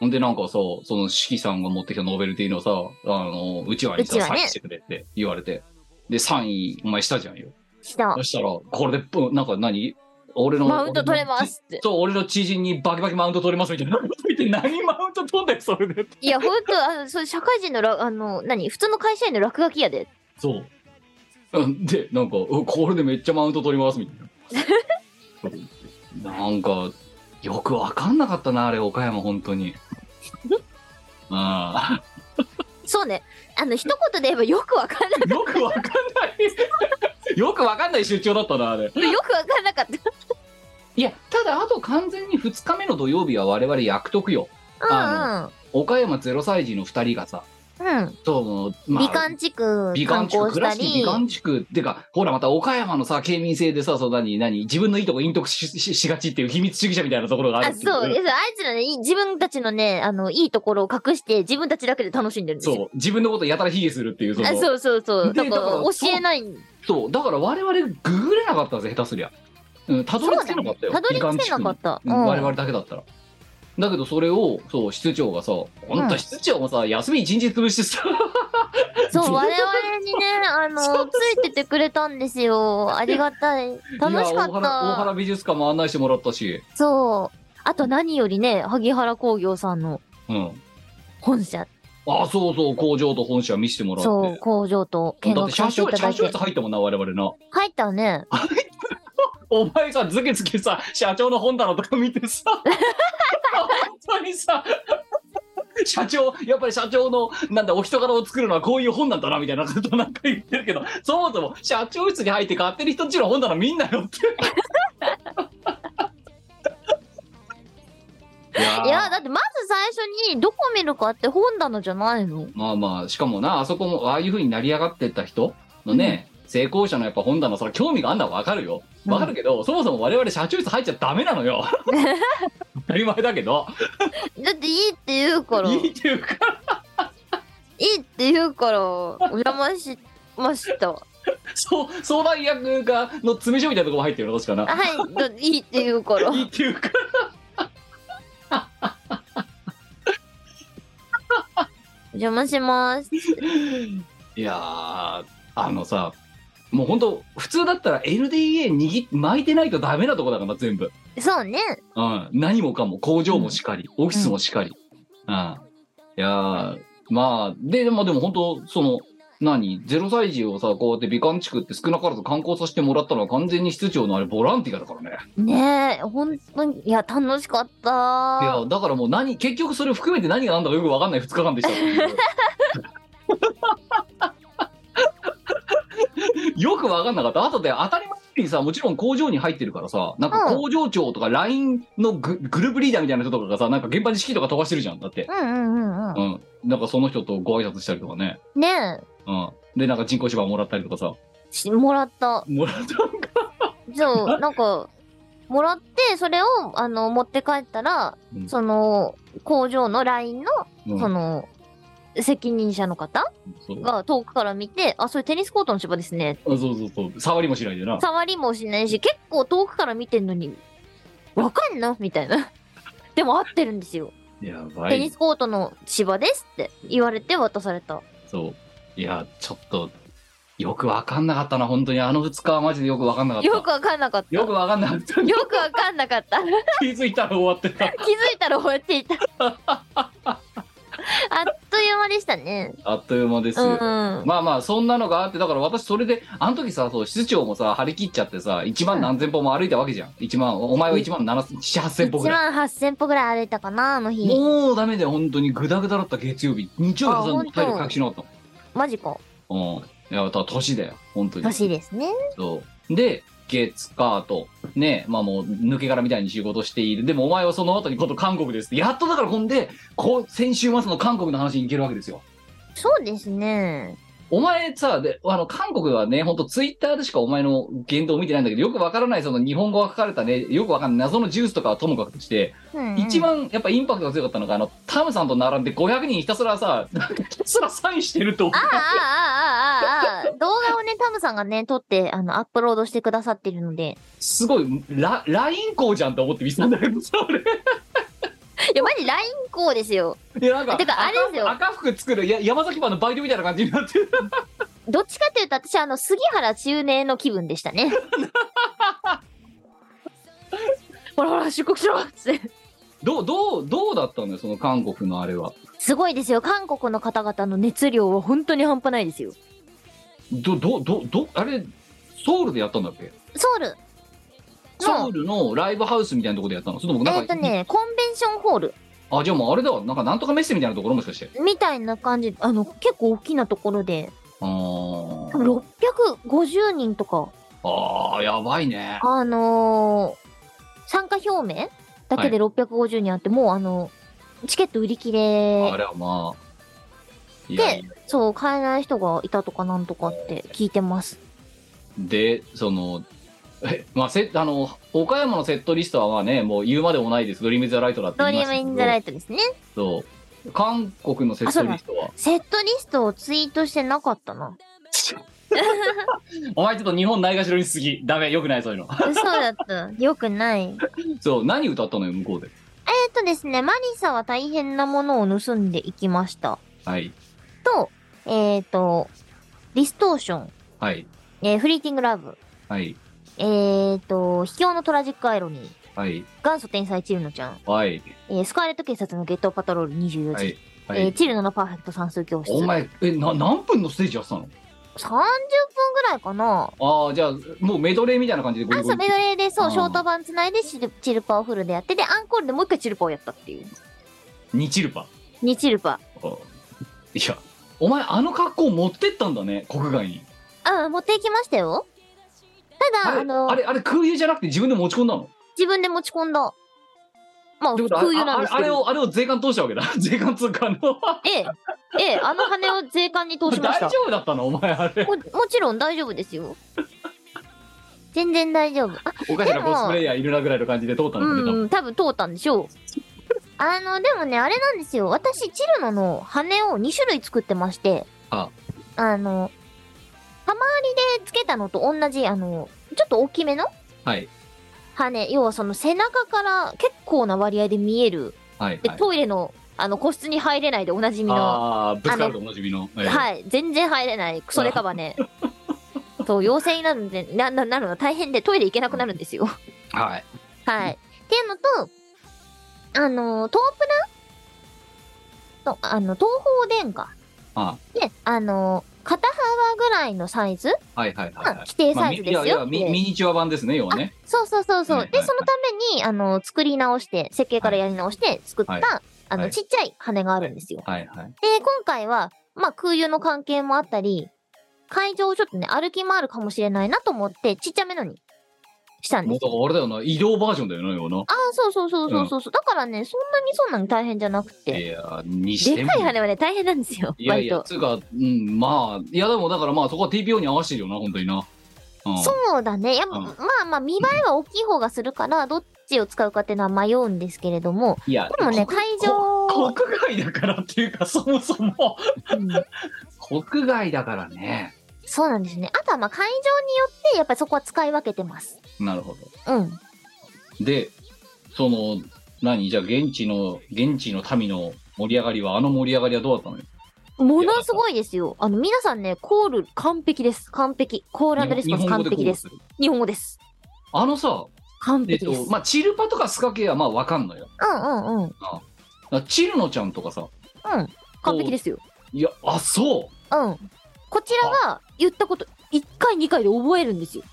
ほんで、なんかさ、その、四季さんが持ってきたノベルティのさ、あの、うちわにさ、うちわねサインしてくれって言われて。で、サイン、お前したじゃんよ。したそ。したら、これで、ぶんなんか何俺の。マウント取れま俺の。すって。そう、俺の知人にバキバキマウント取れますみたいなこと言って、何マウント取んだよ、それで。いや、ほんと、あの、そう社会人のら、あの、何普通の会社員の落書きやで。そう。うんで、なんか、うんこれでめっちゃマウント取りますみたいな。なんか、よくわかんなかったな、あれ、岡山、本 当に。あそうね。あの、一言で言えばよくわかんなあ、よくわかんない。よくわかんない出張だったな、あれ。よくわかんなかった。いや、ただ、あと完全に2日目の土曜日は我々役得よ。うん岡山0歳児の2人がさ、うん。うん。どうも、美観地区美観観地区、光し倉た敷美り、観地区ってか、ほらまた岡山のさ、県民性でさ、そう何、何、自分のいいとこ隠匿しししがちっていう秘密主義者みたいなところがああ、るっていそう、です。あいつらね、いい自分たちのね、あの、いいところを隠して、自分たちだけで楽しんでるんですよ。そう、自分のことやたら卑下するっていう、そのあそうそうそう。でだからだから教えない。そう、だから我々ググれなかったぜ、下手すりゃ。うん、たどり着けなかったよ。たどり着けなかっった。うん、我々だけだったら。だけどそれを、そう、室長がさ、あんた室長もさ、休み一日潰してさ、そう、我々にね、あ の、ついててくれたんですよ。ありがたい。楽しかいや大原大っ原美術館も案内してもらったし、た。そう。あと何よりね、萩原工業さんのうん。本社、あ、そうそう、工場と本社見せてもらって。そう、工場と見だっ学てさ車せてい掌、ただ車い掌て室。入ったもんな、我々な。入ったね。お前さ、ズケズケさ、社長の本棚とか見てさ、本当にさ、社長、やっぱり社長の、なんだ、お人柄を作るのはこういう本なんだな、みたいなことなんか言ってるけど、そもそも社長室に入って勝手に人んちの本棚見んなよって。いやーいや、だってまず最初にどこ見るかって本棚じゃないのまあまあ、しかもな、あそこも、ああいう風になり上がってった人のね、成功者のやっぱ本棚、それ興味があんのはわかるよ。わかるけど、そもそも我々社長室入っちゃダメなのよ。当たり前だけど。だっていいって言うから。いいいっていうか、いって言うから、お邪魔しました。そう、相談役が、の詰め所みたいなとこも入ってるの、確かな。はい、だいいって言うから。いいっていうか。邪魔します。いやー、あのさ、もう本当普通だったら LDA 握っ巻いてないとダメなとこだからな、全部。そうね。うん、何もかも工場もしかり、オフィスもしかり、うんいやーまあでまあでも本当その何ゼロ歳児をさこうやって美観地区って少なからず観光させてもらったのは完全に室長のあれボランティアだからねねえ、本当に、いや、楽しかっいやた。だからもう何結局それを含めて何が何だかよく分かんない2日間でした っていうよく分かんなかったあとで当たり前にさもちろん工場に入ってるからさなんうかん工場長とか LINE のググループリーダーみたいな人とかがさなんか現場に指揮とか飛ばしてるじゃんだってうんうんうんううん。なんかその人とご挨拶したりとかね。ん。ねうん。で、なんか人工芝もらったりとかさ。え、しもらった。もらったんか。そう、なんか、もらって、それを、あの、持って帰ったら、うんその、工場の LINE の、うんその、責任者の方そうが遠くから見て、あ、それテニスコートの芝ですね。あそうそうそう。触りもしないでな。触りもしないし、結構遠くから見てんのに、わかんなみたいな。 でも合ってるんですよ。やばテニい。スコートの芝ですって言われて渡された。そう。いや、ちょっと、よくわかんなかったな、本当に。あの2日はマジでよくわかんなかった。よくわかんなかった。よくわかんなかった。よくわかんなか った。気づ気づいたら終わってた。いたら終わって いた。あっという間でしたね。あっという間ですうよ。ん。まあまあそんなのがあってだから私それであの時さそう室長もさ張り切っちゃってさ1万何千歩も歩いたわけじゃん1万お前は1万7 7 8千歩ぐ1らい万8000歩ぐらい歩いたかな、あの日。もうダメだよ、本当に。グダグダだった月曜日。日曜日あはさ本当体力隠しなかっマジか。たもん。うん。いや、だから年だよ、本当に。年ですね。そう。で、月、火と、ね、まあもう抜け殻みたいに仕事している。でもお前はその後にこと韓国ですって。やっとだからほんで、こう、先週末の韓国の話に行けるわけですよ。そうですね。お前さ、で、あの、韓国はね、ほんとツイッターでしかお前の言動を見てないんだけど、よくわからないその日本語が書かれたね、よくわかんない謎のジュースとかはともかくとして、うんうん一番やっぱインパクトが強かったのがあのタムさんと並んで500人ひたすらさひたすらサインしてるとああああああああ動画をね、タムさんがね、撮って、あの、アップロードしてくださってるので。すごいラ LINE 校じゃんと思って見てたんだけどさ俺 いや、マジ LINE 校ですよ。 いやなんかてかあれですよ赤赤服作るや山崎版のバイトみたいな感じになってる どっちかっていうと、私、あの、杉原中年の気分でしたね。 ほらほら、出国しろっつって。どうどうどうだったのよその韓国のあれはすごいですよ。韓国の方々の熱量は本当に半端ないですよ。どどどどあれソウルでやったんだっけソウルソのウ、ルのライブハウスみたいなところでやったのそれとえもなーっんとか、ね、コンベンションホールあじゃあもうあれだわなんかなんとかメッセみたいなところもしかしてみたいな感じ、あの、結構大きなところで、あー650人とか、あーやばいねあのー参加表明だけで650人あって、もうあの、チケット売り切あれ、れはまあ。いやいやそう、買えない人がいたとかなんとかって聞いてます。で、その、えまあ、せあの岡山のセットリストはまあね、もう言うまでもないです、ドリーム・インザ・ライトだってド言いリまーしムたけイどンザライトですね。そう韓国のセットリストは、セットリストをツイートしてなかった な。お前ちょっと日本ないがしろにしすぎ、ダメ、よくない、 そういうの。そうだった。よくない。えそう、何歌ったのよ、向こうで。っとですね、マリサは大変なものを盗んでいきました。はい、と、えっ、と、ディストーション、はい、えーフリーティングラブ、はい、えっ、と、秘境のトラジックアイロニー、はい、元祖天才チルノちゃん、はい、えースカーレット警察のゲットパトロール24時、はい、はえーい。チルノのパーフェクト算数教室。お前、え、な、何分のステージやってたの30分ぐらいかなああ、じゃあ、もうメドレーみたいな感じでゴリあ、ゴそう、リメドレーで、あそーう、ショート版つないでチルチルパをフルでやって、で、アンコールでもう一回チルパをやったっていう。ニチルパ。 2チルパ。あーいや、お前、あの格好持ってったんだね、国外に。あ、持っていきましたよ。たあだ、あれ、のあ、れ、あれ空輸じゃなくて自分で持ち込んだの自分で持ち込んだ。まあ、って空ことは輸なんですああけれど。を、あれを税関通したわけだ。 税関通過の。ええ、ええ、あの羽を税関に通しま大し丈た。夫だったのお前、あれ。ももちろん大丈夫ですよ。全然大丈夫。あ、おかしでなもコスプレイヤーいるなぐらいの感じで通ったのね、多分うん、多分通ったんでしょう。あの、でもね、あれなんですよ。私、チルノの羽を2種類作ってまして、ああの、玉ありでつけたのと同じ、あの、ちょっと大きめのはい、羽、要はその背中から結構な割合で見える。はい、で、はい。トイレの、あの、個室に入れないでおなじみの。ああ、ぶつかるとおなじみの。ええはい、全然入れない、クソデカバ ね。そう、陽性になるんで、な、な、なるの大変で、トイレ行けなくなるんですよ。はい。はい。っていうのと、あの、東プラの、あの、東方殿下あで、あの、肩幅ぐらいのサイズ、はい、はい、まはあいはい。規定まあサみイズいですやいよやっミて。ミニチュア版ですね、要はね。そうそうそうそう。はいはいで、はいそのために、あの、作り直して、設計からやり直して作った、はいあはの、いちっちゃい羽があるんですよ。はい、はい。で、今回は、まあ、空輸の関係もあったり、会場をちょっとね、歩き回るかもしれないなと思って、ちっちゃめのにしたんもでうすだよ。からあれだよな、移動バージョンだよな、要はな。ああ、そうそうそうそうそう。うだからね、そんなにそんなに大変じゃなくいて。や、にしてもでかい羽はね、大変なんですよ、いやい割や、と。つうか、うん、まあ、いやでもだからまあ、そこは TPO に合わせてるよな、本当にな。うん、そうだね。やっぱうんまあまあ、見栄えは大きい方がするから、どっちを使うかっていうのは迷うんですけれども、いや、でもね、会場、こ国外だからっていうか、そもそも。うん国外だからね。そうなんですね。あとはまあ、会場によって、やっぱりそこは使い分けてます。なるほど。うん。で、その、何じゃあ現地の、現地の民の盛り上がりは、あの盛り上がりはどうだったのよものすごいですよ。あの、皆さんね、コール完璧です。完璧。コールレスポンス完璧です。日本語こう日本語です。あのさ、完えっ璧です。と、まあ、チルパとかスカ系はまあわかんのよ。うんうんうん。だからチルノちゃんとかさ、完璧ですよ。いや、あ、そうん。こちらは言ったこと、1回2回で覚えるんですよ。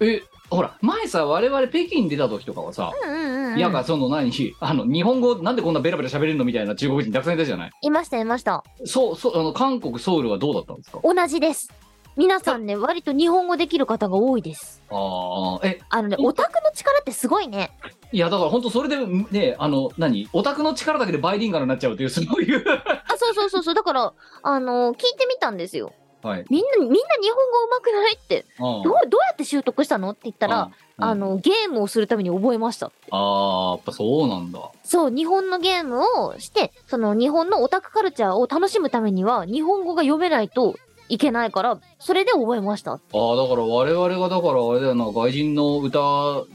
う。え、ほら、前さ、我々北京出た時とかはさ、うんうんうん。いやがその何 あの日本語なんでこんなベラベラ喋れるのみたいな中国人たくさんいたじゃないいましたいました。そうそうあの韓国ソウルはどうだったんですか同じです。皆さんね、割と日本語できる方が多いです。ああえあのね、オタクの力ってすごいね。いやだから本当それでねあの何オタクの力だけでバイリンガルになっちゃうっていうそういうあ、そうそうそうそう。だから、あの聞いてみたんですよ。はいみんな、みんな日本語上手くないって。どどう、どうやって習得したのって言ったら、あの、ゲームをするために覚えました。あーやっぱそうなんだそう、日本のゲームをして、その日本のオタクカルチャーを楽しむためには、日本語が読めないといけないから、それで覚えました。あーだから我々がだからあれだよな外人の歌ど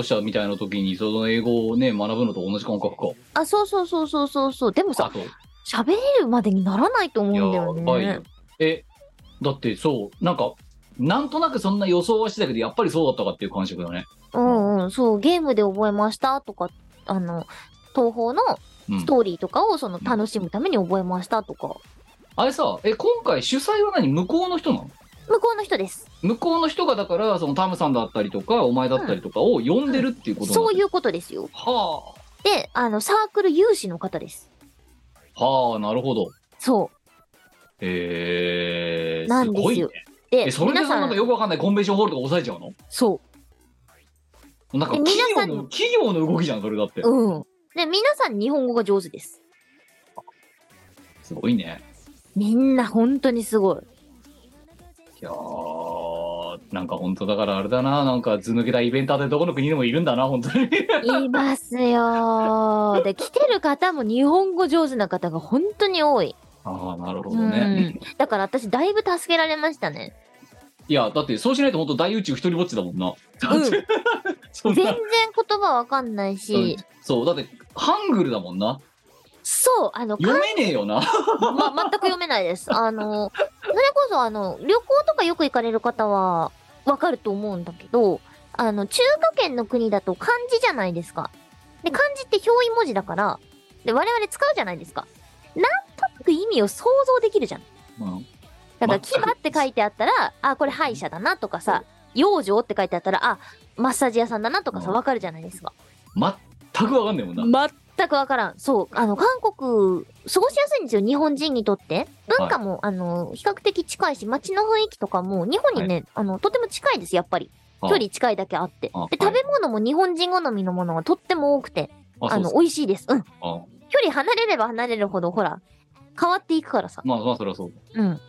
うしたみたいな時にその英語をね学ぶのと同じ感覚かあ、そうそうそうそうそうそう。でもあさ、とい喋れるまでにならないと思うんだやよばいねよ。えだってそうなんかなんとなくそんな予想はしてたけどやっぱりそうだったかっていう感触だねうんうん、そう、ゲームで覚えましたとか、あの、東宝のうんストーリーとかをその楽しむために覚えましたとか、あれさ、え、今回主催は何向こうの人なの向こうの人です。向こうの人がだから、そのタムさんだったりとか、お前だったりとかを呼んでるっていうことなの、そういうことですよ。はで、あの、サークル有志の方です。あ、はあ、なるほど。そう。えー、なすんですよごいね。でえ、、それで皆そのさなんかよん、くわかんないコンベンションホールとか抑えちゃうのそなんかえ企皆業さんの、企業の動きじゃん、それだって。う、うん。で、皆さん日本語が上手です。すごいね。みんな本当にすごい。いやー、なんか本当だからあれだな、なんか図抜けたイベンターでどこの国でもいるんだな、本当に。 いますよー。で、来てる方も日本語上手な方が本当に多い。ああ、なるほうどね。ん。だから私、だいぶ助けられましたね。いや、だってそうしないと本当大宇宙一人ぼっちだもんな。うん。全 そん然な。言葉わかんないし、 そう、だってハングルだもんな。そう、あの、読めねえよな。ま、全く読めないです。あの、それこそあの、旅行とかよく行かれる方は、わかると思うんだけど、あの、中華圏の国だと漢字じゃないですか。で、漢字って表意文字だから、で、我々使うじゃないですか。なんとなく意味を想像できるじゃん。うんだから、牙全くって書いてあったら、あ、これ歯医者だなとかさ、養生って書いてあったら、あ、マッサージ屋さんだなとかさ、うんわかるじゃないですか。全くわかんねえもんな。全くわからん。そう。あの、韓国、過ごしやすいんですよ、日本人にとって。文化も、あの、比較的近いし、街の雰囲気とかも、日本にね、あの、とても近いです、やっぱり。あ距離近いだけあって。あで、食はいべ物も日本人好みのものがとっても多くて、あ、あそうの、そう美味しいです。うん。あ距離離れれば離れるほど、ほら、変わっていくからさ。まあまあ、そりゃそう。うん。うん。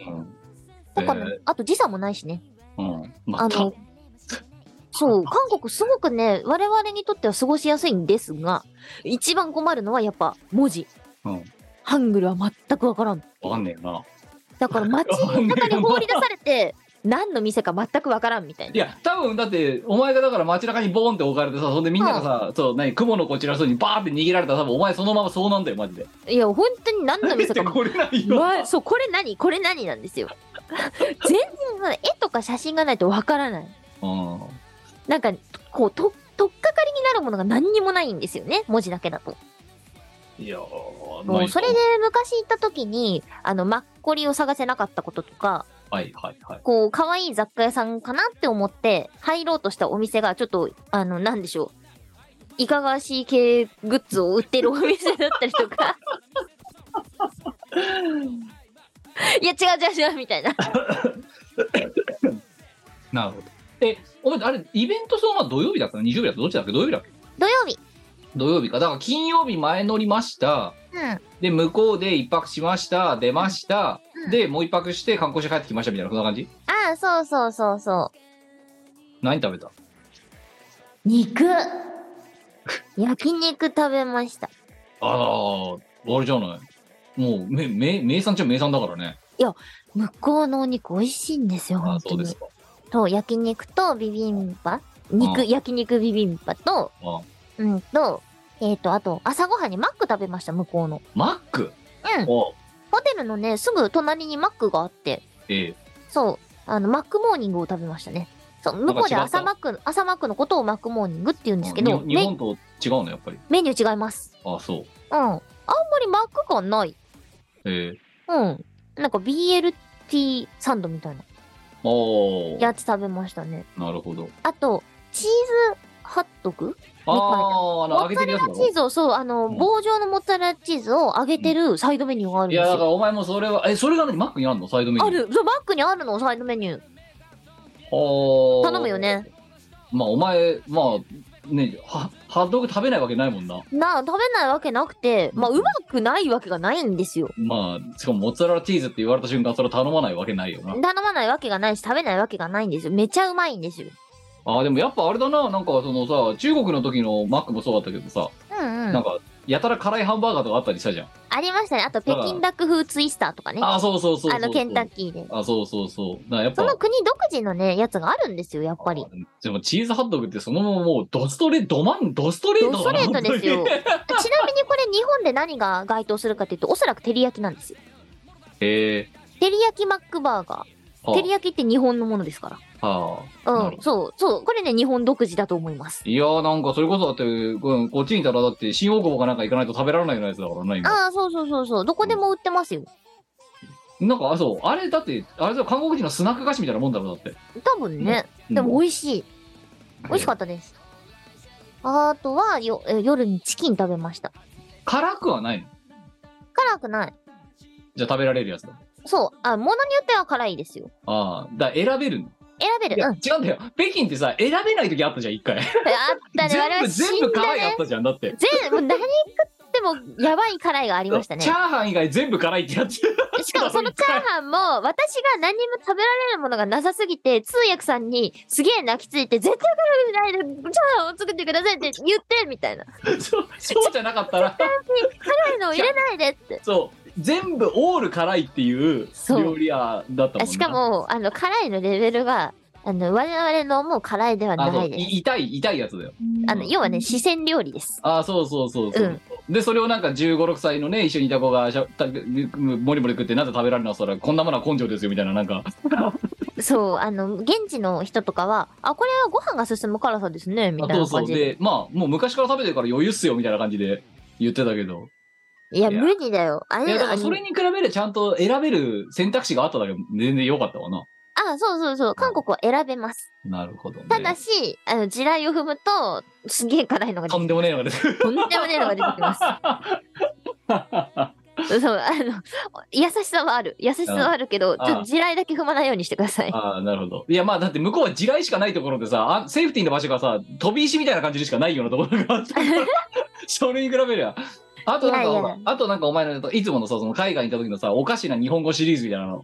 とかも、えあと時差もないしね。ーうん。まあたの、そう、韓国すごくね、我々にとっては過ごしやすいんですが、一番困るのはやっぱ文字。うんハングルは全くわからん。わかんねえよな。だから街の中に放り出され て、何の店か全くわからんみたいいな。や、多分だって、お前がだから街中にボーンって置かれてさ、そんでみんながさ、そう、何、雲の子散らそうにバーって逃げられたら、多分お前そのままそうなんだよ、マジで。いや、本当に何の出店てか。これ ないよ。わそう、これ何これ何なんですよ。全然さ、絵とか写真がないとわからない。うん。なんか、こう、と、とっかかりになるものが何にもないんですよね。文字だけだと。いやー、もなういそれで、昔行った時に、あの、マッコリを探せなかったこととか、はいはいはい。こう、可愛い雑貨屋さんかなって思って、入ろうとしたお店が、ちょっと、あの、なんでしょう。いかがわしい系グッズを売ってるお店だったりと か。いや、違う違う違う、みたいな。なるほど。え、お前、あれ、イベントそのまま土曜日だったの日曜日だったのどっちだっけ土曜日だっけ土曜日。土曜日か。だから金曜日前乗りました。うん。で、向こうで一泊しました。出ましうた。んで、もう一泊して観光して帰ってきましたみたいな、そんな感じああ、そうそうそうそ何食べたう。 肉。焼肉食べました。ああ、あれじゃない。もう、め、め、名産っちゃ名産だからね。向こうのお肉美味しいんですよ、ああ、本当そうでにす。か。と、焼肉とビビンバ肉、うん焼肉ビビンバと、ああうんと、えっ、と、あと、朝ごはんにマック食べました、向こうの。マックうん。おホテルのね、すぐ隣にマックがあって、ええそう、あの、マックモーニングを食べましたね。そう、向こうで朝マック、朝マックのことをマックモーニングって言うんですけど、に日メ本と違うのやっぱりメニュー違います。あそううん。あんまりマック感ない。ええうん。なんか BLT サンドみたいなおーやつ食べましたね。なるほどあと、チーズハットグあああのモ揚ッげツァてレるやつだラチろーズを、そう、あの、ん棒状のモッツァレラチーズを揚げてるサイドメニューがあるんいですやだからよ。お前もそれはえそれなのにマックにあんのサイドメニューある、そう、バックにあるの、サイドメニュー。お頼むよねまあお前まあねはハットグ食べないわけないもんなな、食べないわけなくて、まあ、うんうまくないわけがないんですよ。まあしかもモッツァレラチーズって言われた瞬間それ頼まないわけないよな頼まないわけがないし、食べないわけがないんですよ。めちゃうまいんですよ。あーでもやっぱあれだななんかそのさ中国の時のマックもそうだったけどさ、うんうなんん。かやたら辛いハンバーガーとかあったりしたじゃん、ありましたね。あと、北京ダック風ツイスターとかね。ああそうそうそうそうあの、ケンタッキーで。あそうそうそうだからやっぱその国独自のね、やつがあるんですよ、やっぱり。でもチーズハットグってそのままもうドストレドマンドストレードトスだトなレートですよ。ち本当になみにこれ日本で何が該当するかというと、おそらく照り焼きなんですよ。 へえ照り焼きマックバーガー。照り焼きって日本のものですかはあ、ら。なうるん。ほそう、そう。これね、日本独自だと思います。いやーなんかそれこそだって、うん、こっちにいたらだって新大久保かなんか行かないと食べられないようなやつだからな今ああ、そうそうそうそう。どこでも売ってますよ。なんかあそうあれだってあれだよ韓国人のスナック菓子みたいなもんだろだって多分ね。でも美味しい。美味しかっったです。あとはよ、え夜にチキン食べました。た辛くはないの辛くない。じゃあ食べられるやつだそう。あ、物によっては辛いですよ。ああだから選べるの選べいる。やう違ん。うんだよ北京ってさ選べない時あったじゃん一回あったね。我 々全部全死部ん辛だいあっね。たじゃんだって全部、何食ってもやばい辛いがありましたねチャー。ハン以外全部辛いってやつしかもそのチャーハンも、私が何も食べられるものがなさすぎて、通訳さんにすげえ泣きついて、絶対辛くないで、チャーハンを作ってくださいって言って、みたいな。そうそうじゃなかったら辛いのを入れないでって。 そう全部オール辛いっていうそう料理屋だったもんなあしかも、あの、辛いのレベルが、あの、我々のもう辛いではあなのいです。い痛い痛いやつだよあの、要はね、四川料理です。ああそうそうそうそう、でそれをなんか1 5六6歳のね一緒にいた子がしゃたもりもり食ってなぜ食べられるのそらこんなものは根性ですよみたいななんかそう、あの、現地の人とかは、あ、これはご飯が進む辛さですね、みあたいそうなそ感うじで。でまあもう昔から食べてるから余裕っすよみたいな感じで言ってたけどいや、いや無理だよ。あいれやだかあらそれのに比べるちゃんと選べる選択肢があっただけ全然良かったわなあ、そうそうそう、韓国は選べます。なるほど、ね、ただし、あの、地雷を踏むと、すげえ辛いのが出とてんでもねえのが出てくるとんでもねえのが出てきます。そう、あの、優しさはある。優しさはあるけど、ちょっと地雷だけ踏まないようにしてください。 ああなるほどいやまあだって向こうは地雷しかないところでさあセーフティーの場所がさ飛び石みたいな感じでしかないようなところが あったからそれに比べりゃあとなんかいやいやほらあとなんかお前のいつものさその海外に行った時のさおかしな日本語シリーズみたいなの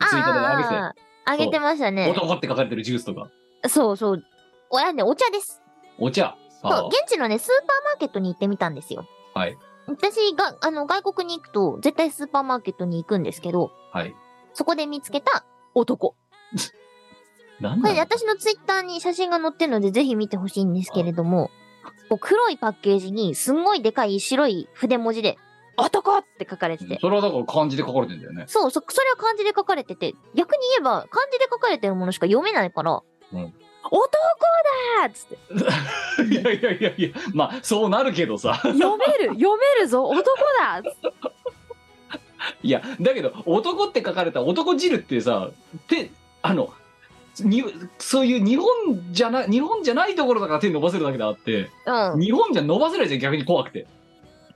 あツイートであげてあああ、あげてました「ね。男」って書かれてるジュースとかそうそう。おやね、お茶です。お茶そうあ、現地のね、スーパーマーケットに行ってみたんですよ。はい。私が、あの、外国に行くと、絶対スーパーマーケットに行くんですけど、あはいそこで見つけた男。なんこだれ、ろう私のツイッターに写真が載ってるので、ぜひ見てほしいんですけれども、こう黒いパッケージに、すんごいでかい白い筆文字で、男って書かれてて。それはだから漢字で書かれてんだよ ねそう、そ、それは漢字で書かれてて、逆に言えば、漢字で書かれてるものしか読めないから、うん男だーっ つって、いやいやいやいやまあそうなるけどさ読める読めるぞ男だーっつっていやだけど男って書かれた男汁ってさ手あのにそういう日本じゃな日本じゃないところだから手伸ばせるだけであってうん。日本じゃ伸ばせないじゃん逆に怖くて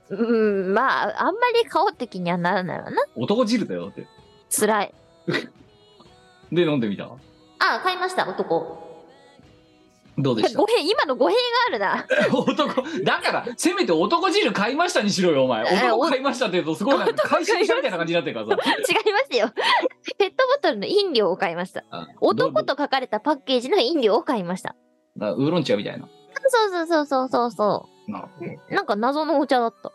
うん、まあ、あんまり顔的にはならないわな。男汁だよだって辛い。で飲んでみたあ、買いました、男。どうでした語弊、今の語弊があるな。 男だからせめて男汁買いましたにしろよお前え男買いましたって言うとすごいなんか会社したみたいな感じになってるからさ違いますよ。ペットボトルの飲料を買いました。あ 男どと書かれたパッケージの飲料を買いました。うなウーロン茶みたいなそうそうそうそうそうそなるほどう。なんか謎のお茶だった。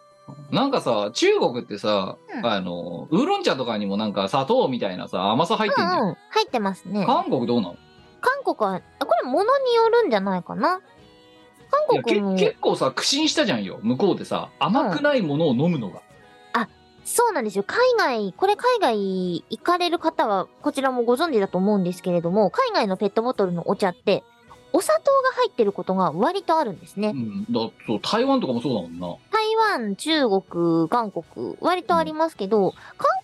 なんかさ中国ってさ、うんあのウーロン茶とかにもなんか砂糖みたいなさ甘さ入ってうんじゃん、んうん。入ってますね。韓国どうなの韓国は、あこれ物によるんじゃないかな。い韓や国けも、結構さ苦心したじゃんよ向こうでさ甘くないものを飲むのが、そうなんですよ。海外、これ海外行かれる方は、こちらもご存知だと思うんですけれども、海外のペットボトルのお茶って、お砂糖が入ってることが割とあるんですうね。ん、だそう台湾とかもそうだもんな台湾、中国、韓国、割とありますけど、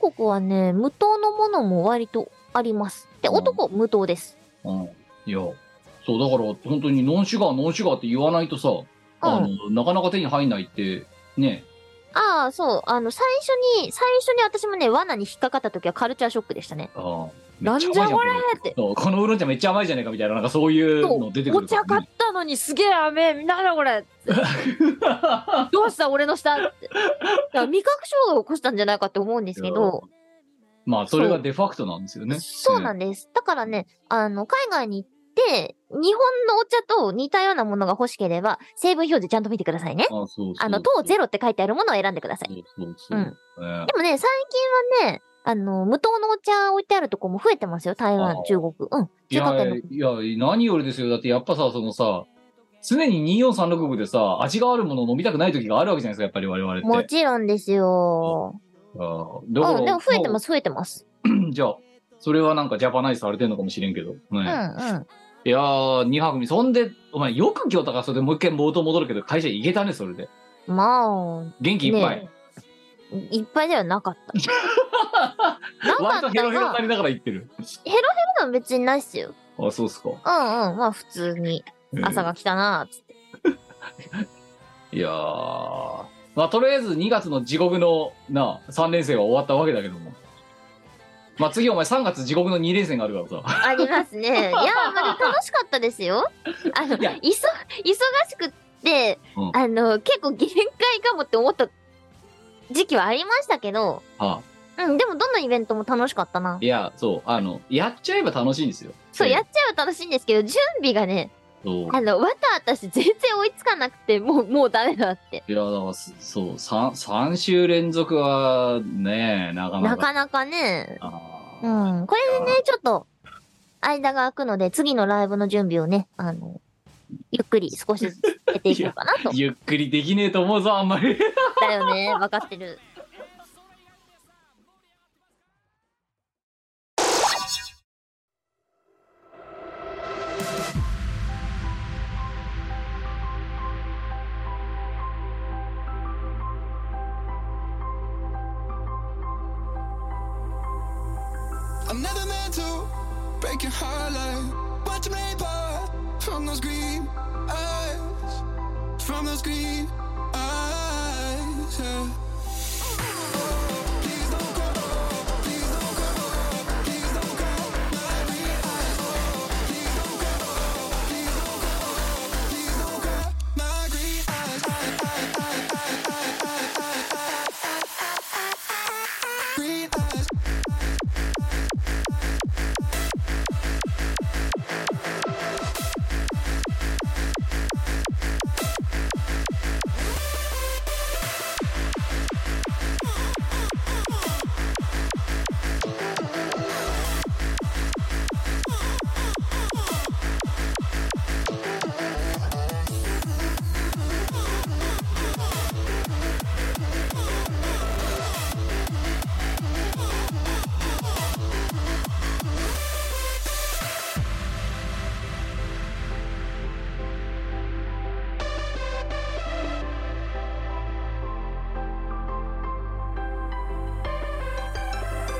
韓国はね、無糖のものも割とあります。で、うん男、無糖です。うんいやそうだから本当にノンシュガーノンシュガーって言わないとさ、あうん。のなかなか手に入んないってねああ、そう。あの、最初に、最初に私もね、罠に引っかかった時はカルチャーショックでしたね。あーなんじゃこれって。そうこのウーロン茶めっちゃ甘いじゃないかみたいななんかそういうの出てくおる茶ら買ったのにすげえ雨、なんだこれねどうした俺の舌って。だから味覚障害を起こしたんじゃないかって思うんですけど、 まあそれがデファクトなんですよねそうなんです。だからね、あの、海外に行って、日本のお茶と似たようなものが欲しければ、成分表示ちゃんと見てくださいね。あそうそうあの、糖ゼロって書いてあるものを選んでください。そうそうそうう、ん。ねでもね、最近はね、あの、無糖のお茶置いてあるとこも増えてますよ。台あ湾ー、中国。うん。い中華や圏の。いや、何よりですよ。だってやっぱさ、そのさ、常に24365でさ、味があるものを飲みたくない時があるわけじゃないですか、やっぱり我々って。もちろんですよ。ああうだ。ん、でも増えてますす、増えてます。もうじゃあ、それはなんかジャパナイズされてんのかもしれんけど。ねうん、うん。いやー、2泊にそんで、お前よく今日だからそれでもう一回冒頭戻るけど、会社行けたね、それで。まあ、元気いっぱい。ねいっぱいではなか った。なか割とっヘたロヘロになが、りながら行ってる。でも別にないっすよ。あ、そうっすか。うんうん。まあ普通に朝が来たなーっつって。いやー。まあ、とりあえず2月の地獄のな、3連戦は終わったわけだけども。まあ次お前3月地獄の2連戦があるからさ。 ありますね。いや、まあ、でも楽しかったですよ。あの、いやいそ忙しくって、うんあの、結構限界かもって思った時期はありましたけど、はあ、うん、でもどのイベントも楽しかったな。いや、そう、あの、やっちゃえば楽しいんですよ。そう、やっちゃえば楽しいんですけど、準備がね、そうあの、わたわたして全然追いつかなくて、もう、もうダメだって。いや、だからす、そう、三三週連続は、ねえ、なかななか。かなかね、あうーん、これでね、ちょっと、間が空くので、次のライブの準備をね、あの、ゆっくり少しずつやっていこうかなと。ゆっくりできねえと思うぞ、あんまり。 だよね、わかってる。 I'm never meant to break your heart like Watch me part from those green eyes From those green eyes yeah. My green eyes, eyes, eyes, eyes, eyes, eyes, eyes, eyes, eyes, eyes, eyes, eyes, eyes, eyes, eyes, eyes, eyes, eyes, green eyes.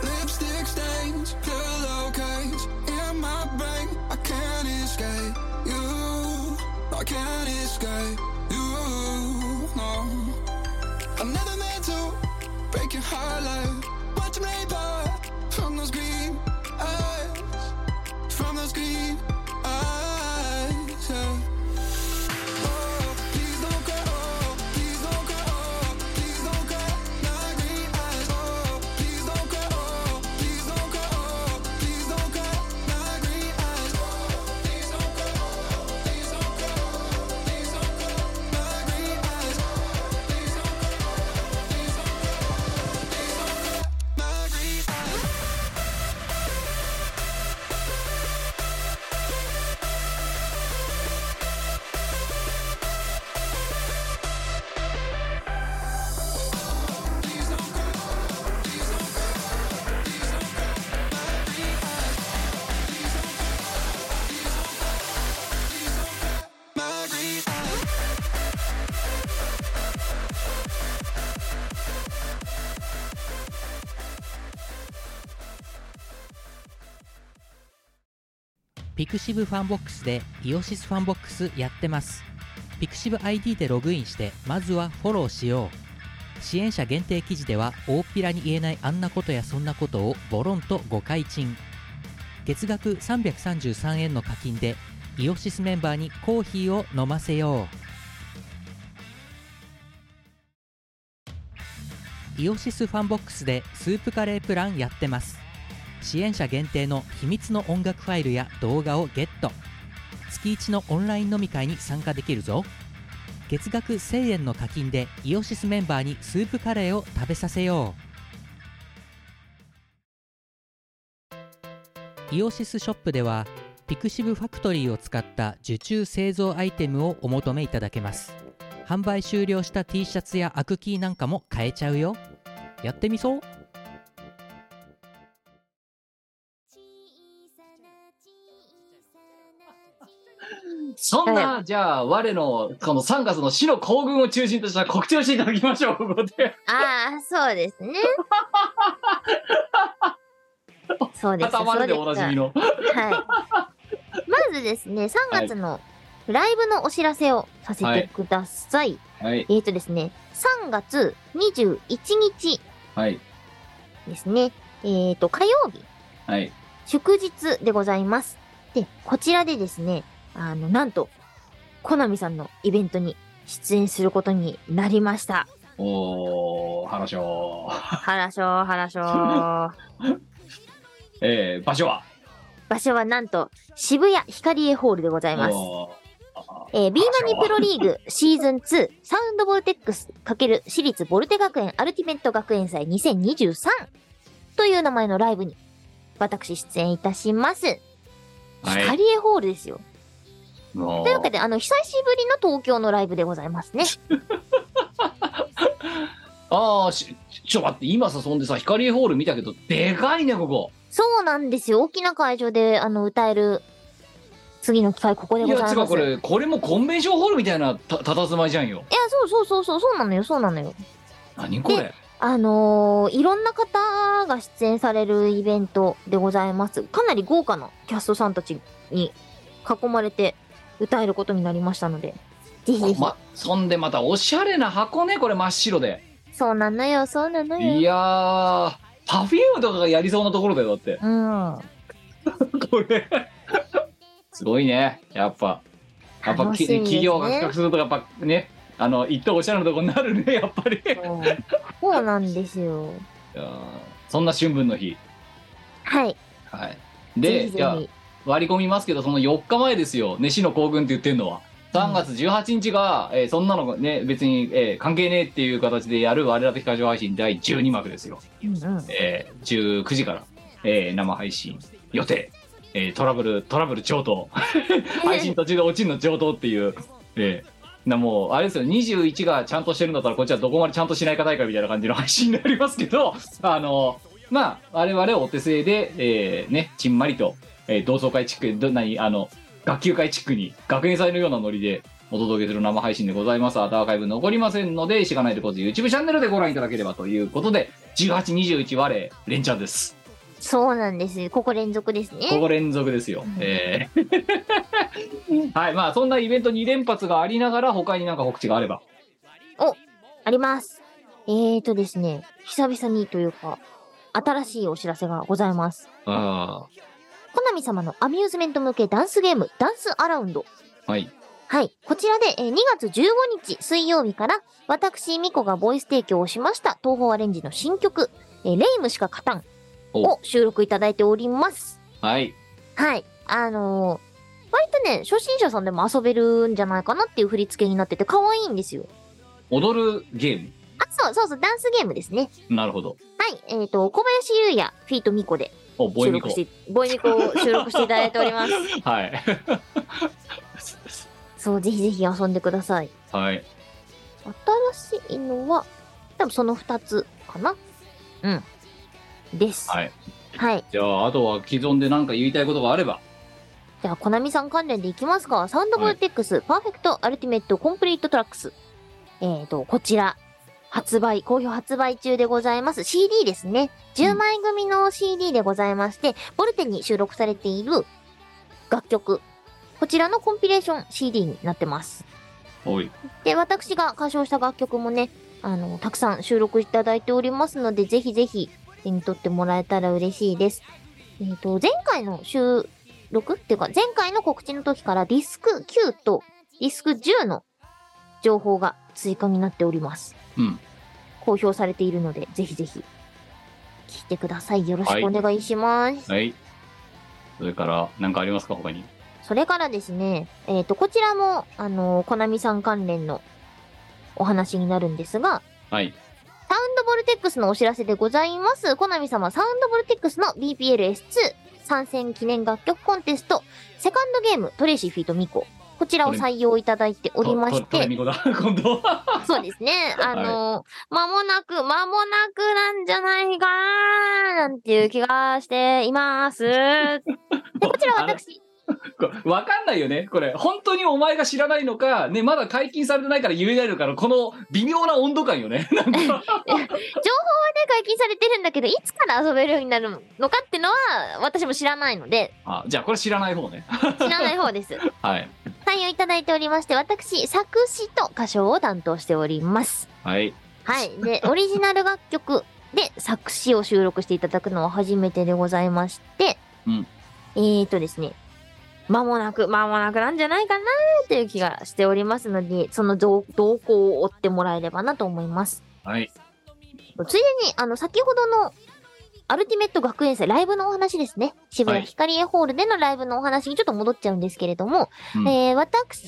Lipstick stains, pillowcase in my brain. I can't escape you. I can't escape you. No, I'm never meant to break your heart like watch me part from those green eyes, from those green eyes. yeah. Oh, please don't go. Oh, please don't go. Oh, please don't go. My green eyes. Oh, please don't go. Oh, please don't go. Oh, please don't go. My green eyes. Oh, please don't go. Oh, please don't go. Oh, please don't go. My green eyes. Oh, please don't go. Oh, please don't go. Oh, please don't go. My green eyes. My green eyes. ピクシブファンボックスでイオシスファンボックスやってます。ピクシブ ID でログインして、まずはフォローしよう。支援者限定記事では、大っぴらに言えないあんなことやそんなことをボロンと誤解賃。月額333円の課金で、イオシスメンバーにコーヒーを飲ませよう。イオシスファンボックスでスープカレープランやってます。支援者限定の秘密の音楽ファイルや動画をゲット月1のオンライン飲み会に参加できるぞ月額1000円の課金でイオシスメンバーにスープカレーを食べさせようイオシスショップではピクシブファクトリーを使った受注製造アイテムをお求めいただけます販売終了した T シャツやアクキーなんかも買えちゃうよやってみそうそんな、じゃあ、我の、この3月の死の行軍を中心とした告知をしていただきましょう、ここで。ああ、そうですね。そうです。頭そうででおなじみす。はの。い。まずですね、3月のライブのお知らせをさせてください。はい、えーとですね、3月21日はい、ですね、えっ、と、火曜日、はい。祝日でございます。で、こちらでですね、あの、なんと、コナミさんのイベントに出演することになりました。おー、話を。はらしょー、は らしょー。えー、場所は場所はなんと、渋谷ヒカリエホールでございます。おーえー、B マニプロリーグシーズン2サウンドボルテックス×私立ボルテ学園アルティメット学園祭2023という名前のライブに私出演いたします。はいヒカリエホールですよ。もうというわけで、あの、久しぶりの東京のライブでございますね。ああ、しちょ、待って、今さ、そんでさ、光ホール見たけど、でかいね、ここ。そうなんですよ。大きな会場で、あの、歌える次の機会ここいでや、ございます。違いや、う、これ、これもコンベンションホールみたいなたたたずまいじゃんよ。そうそうそうそう、そうなのよ、そうなのよ。何これ。あのーいろんな方が出演されるイベントでございます。かなり豪華なキャストさんたちに囲まれて歌えることになりましたので、ぜひぜひ。ま、そんでまた、おしゃれな箱ね、これ、真っ白で。そうなのよ、そうなのいよ。やー、パフュームとかがやりそうなところだよ、だって。うん。これ。すごいね、やっぱ。やっぱ、楽しきみですね企業が企画すると、やっぱね、あの、一等おしゃれなとこになるね、やっぱり。そうそうなんですよ。いやーそんな春分の日。はい。はい。ぜで、ひじぜゃあ、ひ。割り込みますけどその4日前ですよね死の行軍って言ってるのは3月18日が、えーそんなのがね別に、えー関係ねえっていう形でやる我ら的過剰配信第12幕ですよ、うんうん。えー19時から、えー生配信予定、えートラブルトラブル上等配信途中で落ちるの上等っていう、えーなもうあれですよ21がちゃんとしてるんだったらこっちはどこまでちゃんとしないか大会みたいな感じの配信になりますけど あのまあ我々はお手製で、えーねちんまりと、えー同窓会地区ど何あの学級会地区に学園祭のようなノリでお届けする生配信でございます。アーカイブ残りませんので、しがないでこず YouTube チャンネルでご覧いただければということで、18、21我、連チャンです。 そうなんです。ここ連続ですこね。こ連続ですよ。えー はい、まあそんなイベント2連発がありながら、他になんか告知があれば。あります。えーとですね、久々にというか、新しいお知らせがございます。あコナミ様のアミューズメント向けダンスゲーム、ダンスアラウンド。あ、はい。はい。こちらで、えー2月15日水曜日から、私、ミコがボイス提供をしました、東宝アレンジの新曲、えーレイムしか勝たんを収録いただいております。はい。はい。あのー割とね、初心者さんでも遊べるんじゃないかなっていう振り付けになってて、可愛いんですよ。踊るゲーあ、そうそうそう、ダンスゲームですね。ム。なるほど。はい。えっ、と、小林優也、フィートミコでお、ボイ収ミコ録し。て、ボイミコを収録していただいており ます。はい。そう、ぜひぜひ遊んでください。はい。新しいのは、多分その2つかなうん。です。はい。はい。じゃあ、あとは既存で何か言いたいことがあれば。じゃあ、コナミさん関連でいきますか。サウンドボルテックス、パーフェクトアルティメットコンプリートトラックス。えーと、こちら、発売、好評発売中でございます。CD ですね。10枚組の CD でございまして、ボルテに収録されている楽曲。こちらのコンピレーション CD になってます。おい。で、私が歌唱した楽曲もね、あの、たくさん収録いただいておりますので、ぜひぜひ手に取ってもらえたら嬉しいです。えっ、と、前回の収録っていうか、前回の告知の時からディスク9とディスク10の情報が追加になっております。うん。公表されているので、ぜひぜひ聞いてください。よろしくお願いします。はい。それから、何かありますか、他に。それからですね、えっ、と、こちらも、あの、コナミさん関連のお話になるんですが、はい。サウンドボルテックスのお知らせでございます。コナミ様、サウンドボルテックスの BPLS2 参戦記念楽曲コンテスト、セカンドゲーム、トレイシーフィートミコ。こちらを採用いただいておりましととレて、ミコだ、 今度は。そうですね、あの、間もなく、間もなくなんじゃないかななんていう気がしています。で、こちら私、これわかんないよね。これ、本当にお前が知らないのか、ね、まだ解禁されてないから言えないのかの、この微妙な温度感よね。なんか。で解禁されてるんだけど、いつから遊べるようになるのかってのは、私も知らないので、あ、じゃあこれ知らない方ね。知らない方です。はい。採用いただいておりまして、私、作詞と歌唱を担当しております。はい。 はい。で、オリジナル楽曲、で作詞を収録していただくのは初めてでございまして、うんえーとですね、間もなく、間もなくなんじゃないかなーという気がしておりますので、その動動向を追ってもらえればなと思います。はい。ついでに、あの、先ほどの、アルティメット学園祭、ライブのお話ですね。渋は谷いヒカリエホールでのライブのお話にちょっと戻っちゃうんですけれども、うんえー私、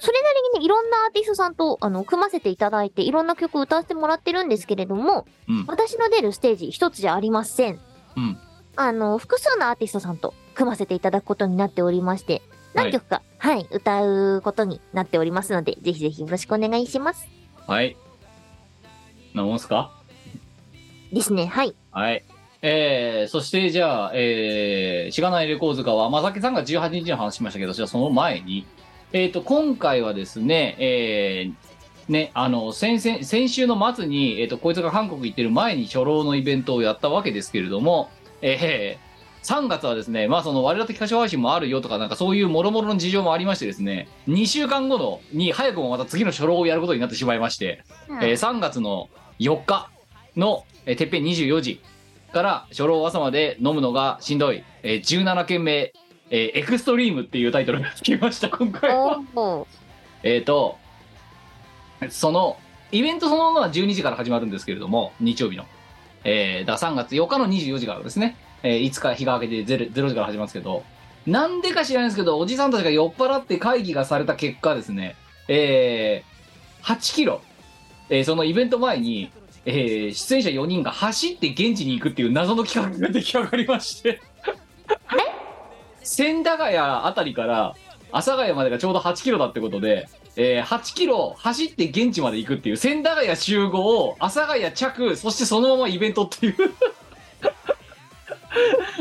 それなりにね、いろんなアーティストさんと、あの、組ませていただいて、いろんな曲歌わせてもらってるんですけれども、うん。私の出るステージ一つじゃありません。うん。あの、複数のアーティストさんと組ませていただくことになっておりまして、何曲か、はい、歌うことになっておりますので、ぜひぜひよろしくお願いします。はい。なもんすかですね、はい。はい。えー、そしてじゃあ、えー、しがないレコーズカは、まさきさんが18日の話しましたけど、じゃあその前に、えっ、と、今回はですね、えー、ね、あの、先々、先週の末に、えっ、と、こいつが韓国行ってる前に初老のイベントをやったわけですけれども、えー、3月はですね、まあその、我ら的歌唱配信もあるよとか、なんかそういう諸々の事情もありましてですね、2週間後の、に早くもまた次の初老をやることになってしまいまして、えー3月の4日の、えーてっぺん24時から初老朝まで飲むのがしんどい、えー17件目、えーエクストリームっていうタイトルがつきました今回はおーえっとそのイベントそのものは12時から始まるんですけれども日曜日の、えーだ3月4日の24時からですね、えー、5日日が明けて 0, 0時から始まるんですけどなんでか知らないんですけどおじさんたちが酔っ払って会議がされた結果ですねえー8キロ、えーそのイベント前に、えー出演者4人が走って現地に行くっていう謎の企画が出来上がりまして千駄ヶ谷あたりから阿佐ヶ谷までがちょうど8キロだってことで、えー8キロ走って現地まで行くっていう千駄ヶ谷集合阿佐ヶ谷着そしてそのままイベントっていう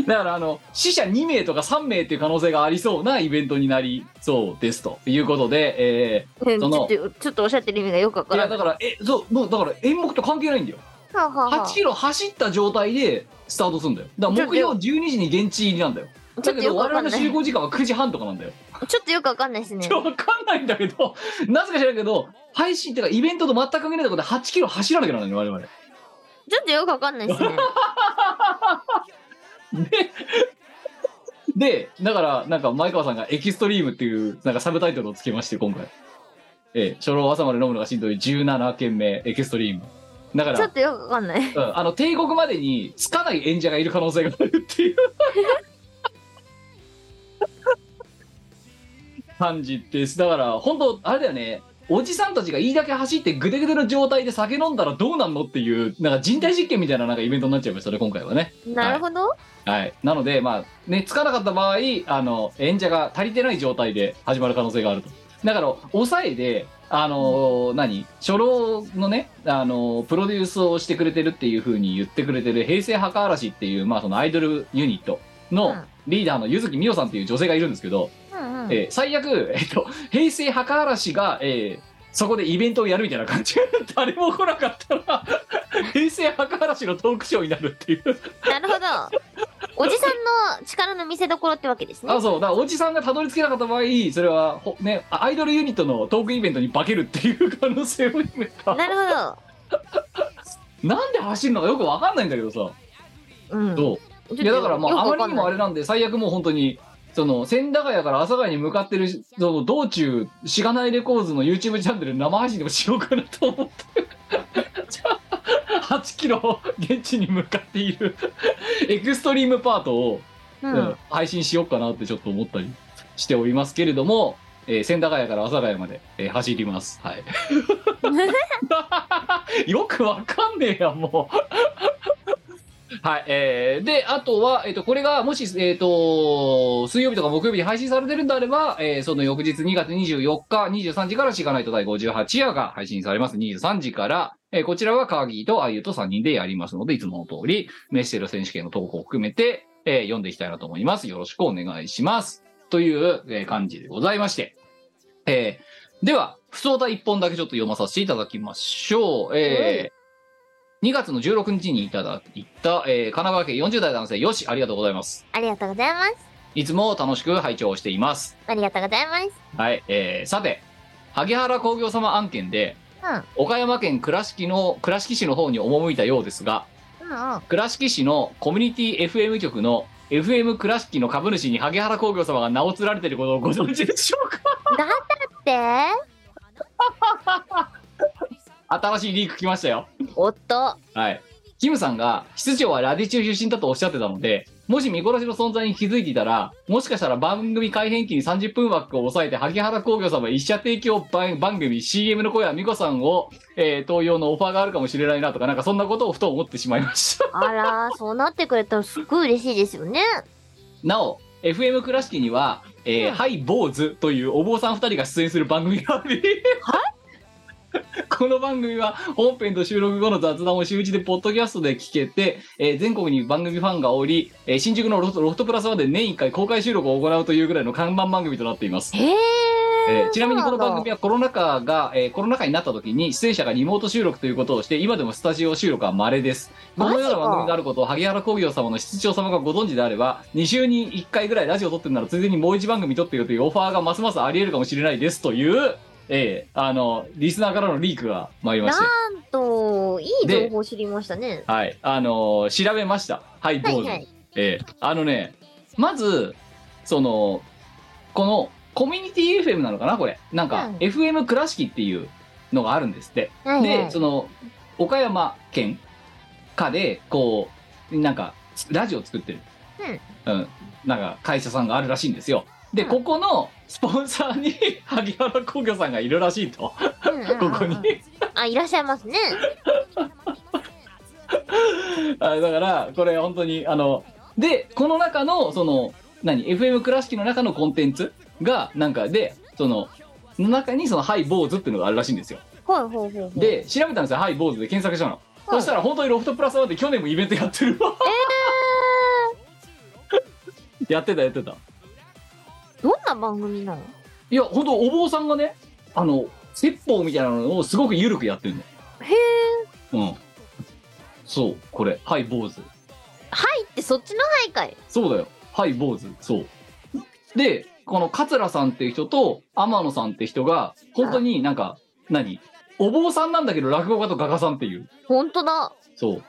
だからあの死者2名とか3名っていう可能性がありそうなイベントになりそうですということで、えーうんそのちょっとちょっとおっしゃってる意味がよくわかいらやない。だからえそうもうだから演目と関係ないんだよはあはあはあ8キロ走った状態でスタートするんだよだから木曜12時に現地入りなんだよちょだっとけよどくわ我か々んのな集い。合時間は9時半とかなんだよちょっとよくわかんないですね。わかんないんだけど なぜか知らんけど配信っていうかイベントと全く関係ないところで8キロ走らなきゃならないの我々ちょっとよくわかんないですね。でだからなんか前川さんが「エキストリーム」っていうなんかサブタイトルをつけまして今回ええ初老朝まで飲むのがしんどい17件目エキストリームだからちょっとよくわかんない。うんあの帝国までにつかない演者がいる可能性があるっていう感じですだから本当あれだよねおじさんたちがいいだけ走ってグデグデの状態で酒飲んだらどうなんのっていうなんか人体実験みたいななんかイベントになっちゃいましたね今回はねなるほど。はいなのでまあねつかなかった場合あの演者が足りてない状態で始まる可能性があるとだから抑えであのー何初老のね、あのープロデュースをしてくれてるっていう風に言ってくれてる平成墓嵐っていう、まあ、そのアイドルユニットうのんリーダーの柚木美桜さんっていう女性がいるんですけど、うんうん。えー最悪、えっと、平成墓嵐が、えーそこでイベントをやるみたいな感じ 誰も来なかったら平成墓嵐のトークショーになるっていうなるほど。おじさんの力の見せ所ってわけですねあ。そうだからおじさんがたどり着けなかった場合それはほ、ね、あアイドルユニットのトークイベントに化けるっていう可能性も秘め たなるほなんで走るのかよくわかんないんだけどさ、ど。うん。どういやだからまああまりにもあれれ。なんで最悪もう本当にその千駄ヶ谷から阿佐ヶ谷に向かってるその道中しがないレコーズの YouTube チャンネル生配信でもしようかなと思って じゃあ8キロ現地に向かっているエクストリームパートをううんん。配信しようかなってちょっと思ったりしておりますけれども、えー千駄ヶ谷から阿佐ヶ谷まで、えー走ります。はい。 よくわかんねえや、もう。 はい。えーで、あとは、えっ、と、これが、もし、えっ、と、水曜日とか木曜日に配信されてるんであれば、えーその翌日2月24日23時からしがないと第58夜が配信されます。23時から、えーこちらはカーギーとあゆと3人でやりますので、いつもの通り、メッセル選手権の投稿を含めて、えー読んでいきたいなと思います。よろしくお願いします。という、えー感じでございまして。えーでは、不相対一本だけちょっと読まさせていただきましょう。えー2月の16日にいただいた、えー神奈川県40代男性、よし、ありがとうございます。 ありがとうございます。いつも楽しく拝聴しています。ありがとうございます。はい、えーさて、萩原工業様案件で、うん岡山県倉敷の倉敷市の方に赴いたようですが、うんうん。倉敷市のコミュニティ FM 局の FM 倉敷の株主に萩原工業様が名を連られていることをご存知でしょうかなんだって新しいリーク来ましたよおっと。はいキムさんが室長はラディ中出身だとおっしゃってたのでもし見殺しの存在に気づいていたらもしかしたら番組改編期に30分枠を抑えて萩原工業様一社提供番番組 CM の声は美子さんを、えー東洋のオファーがあるかもしれないなとかなんかそんなことをふと思ってしまいましたあら、そうなってくれたらすっごい嬉しいです よね。なお FM 倉敷には、えーハイ坊主というお坊さん2人が出演する番組があり この番組は本編と収録後の雑談を週一でポッドキャストで聞けて、えー全国に番組ファンがおり、えー新宿のロフトロフトプラスまで年1回公開収録を行うというぐらいの看板番組となっていますへえ。えーちなみにこの番そうなんだ組はコロナ禍が、えーコロナ禍になった時に出演者がリモート収録ということをして今でもスタジオ収録は稀ですこマジかのような番組があることを萩原工業様の室長様がご存知であれば2週に1回ぐらいラジオ撮ってるならついでにもう1番組撮ってよというオファーがますますあり得るかもしれないですという、えーあのリスナーからのリークが参りましなんと、いい情で報知りましたね。てはいあのー調べましたはいはどういぞ、はい。ええあのねまずそのこのコミュニティ FM なのかなこれなんか、うん FM 倉敷っていうのがあるんですって、はいはいでその岡山県下でこうなんかラジオ作ってる、うんなんか会社さんがあるらしいんですよで、うんここのスポンサーに萩原工業さんがいるらしいとうんうんうんうこんこにあ、いらっしゃいますね。あだからこれ本当にあのでこの中のその何 FM 倉敷の中のコンテンツがなんかでそのの中にその「ハイ坊主」っていうのがあるらしいんですよほいほいほいほい。で調べたんですよ「ハイ坊主」で検索したの、はいそしたら本当にロフトプラスワンで去年もイベントやってるわ やってたやってたどんな番組なのいや本当お坊さんがねあの説法みたいなのをすごく緩くやってるのへえ。うんそうこれ「ハイ坊主」はいってそっちのはいかい。そうだよ。はい、坊主。そう。で、この桂さんっていう人と天野さんって人が、本当になんか、何お坊さんなんだけど落語家と画家さんっていう。ほんとだ。そ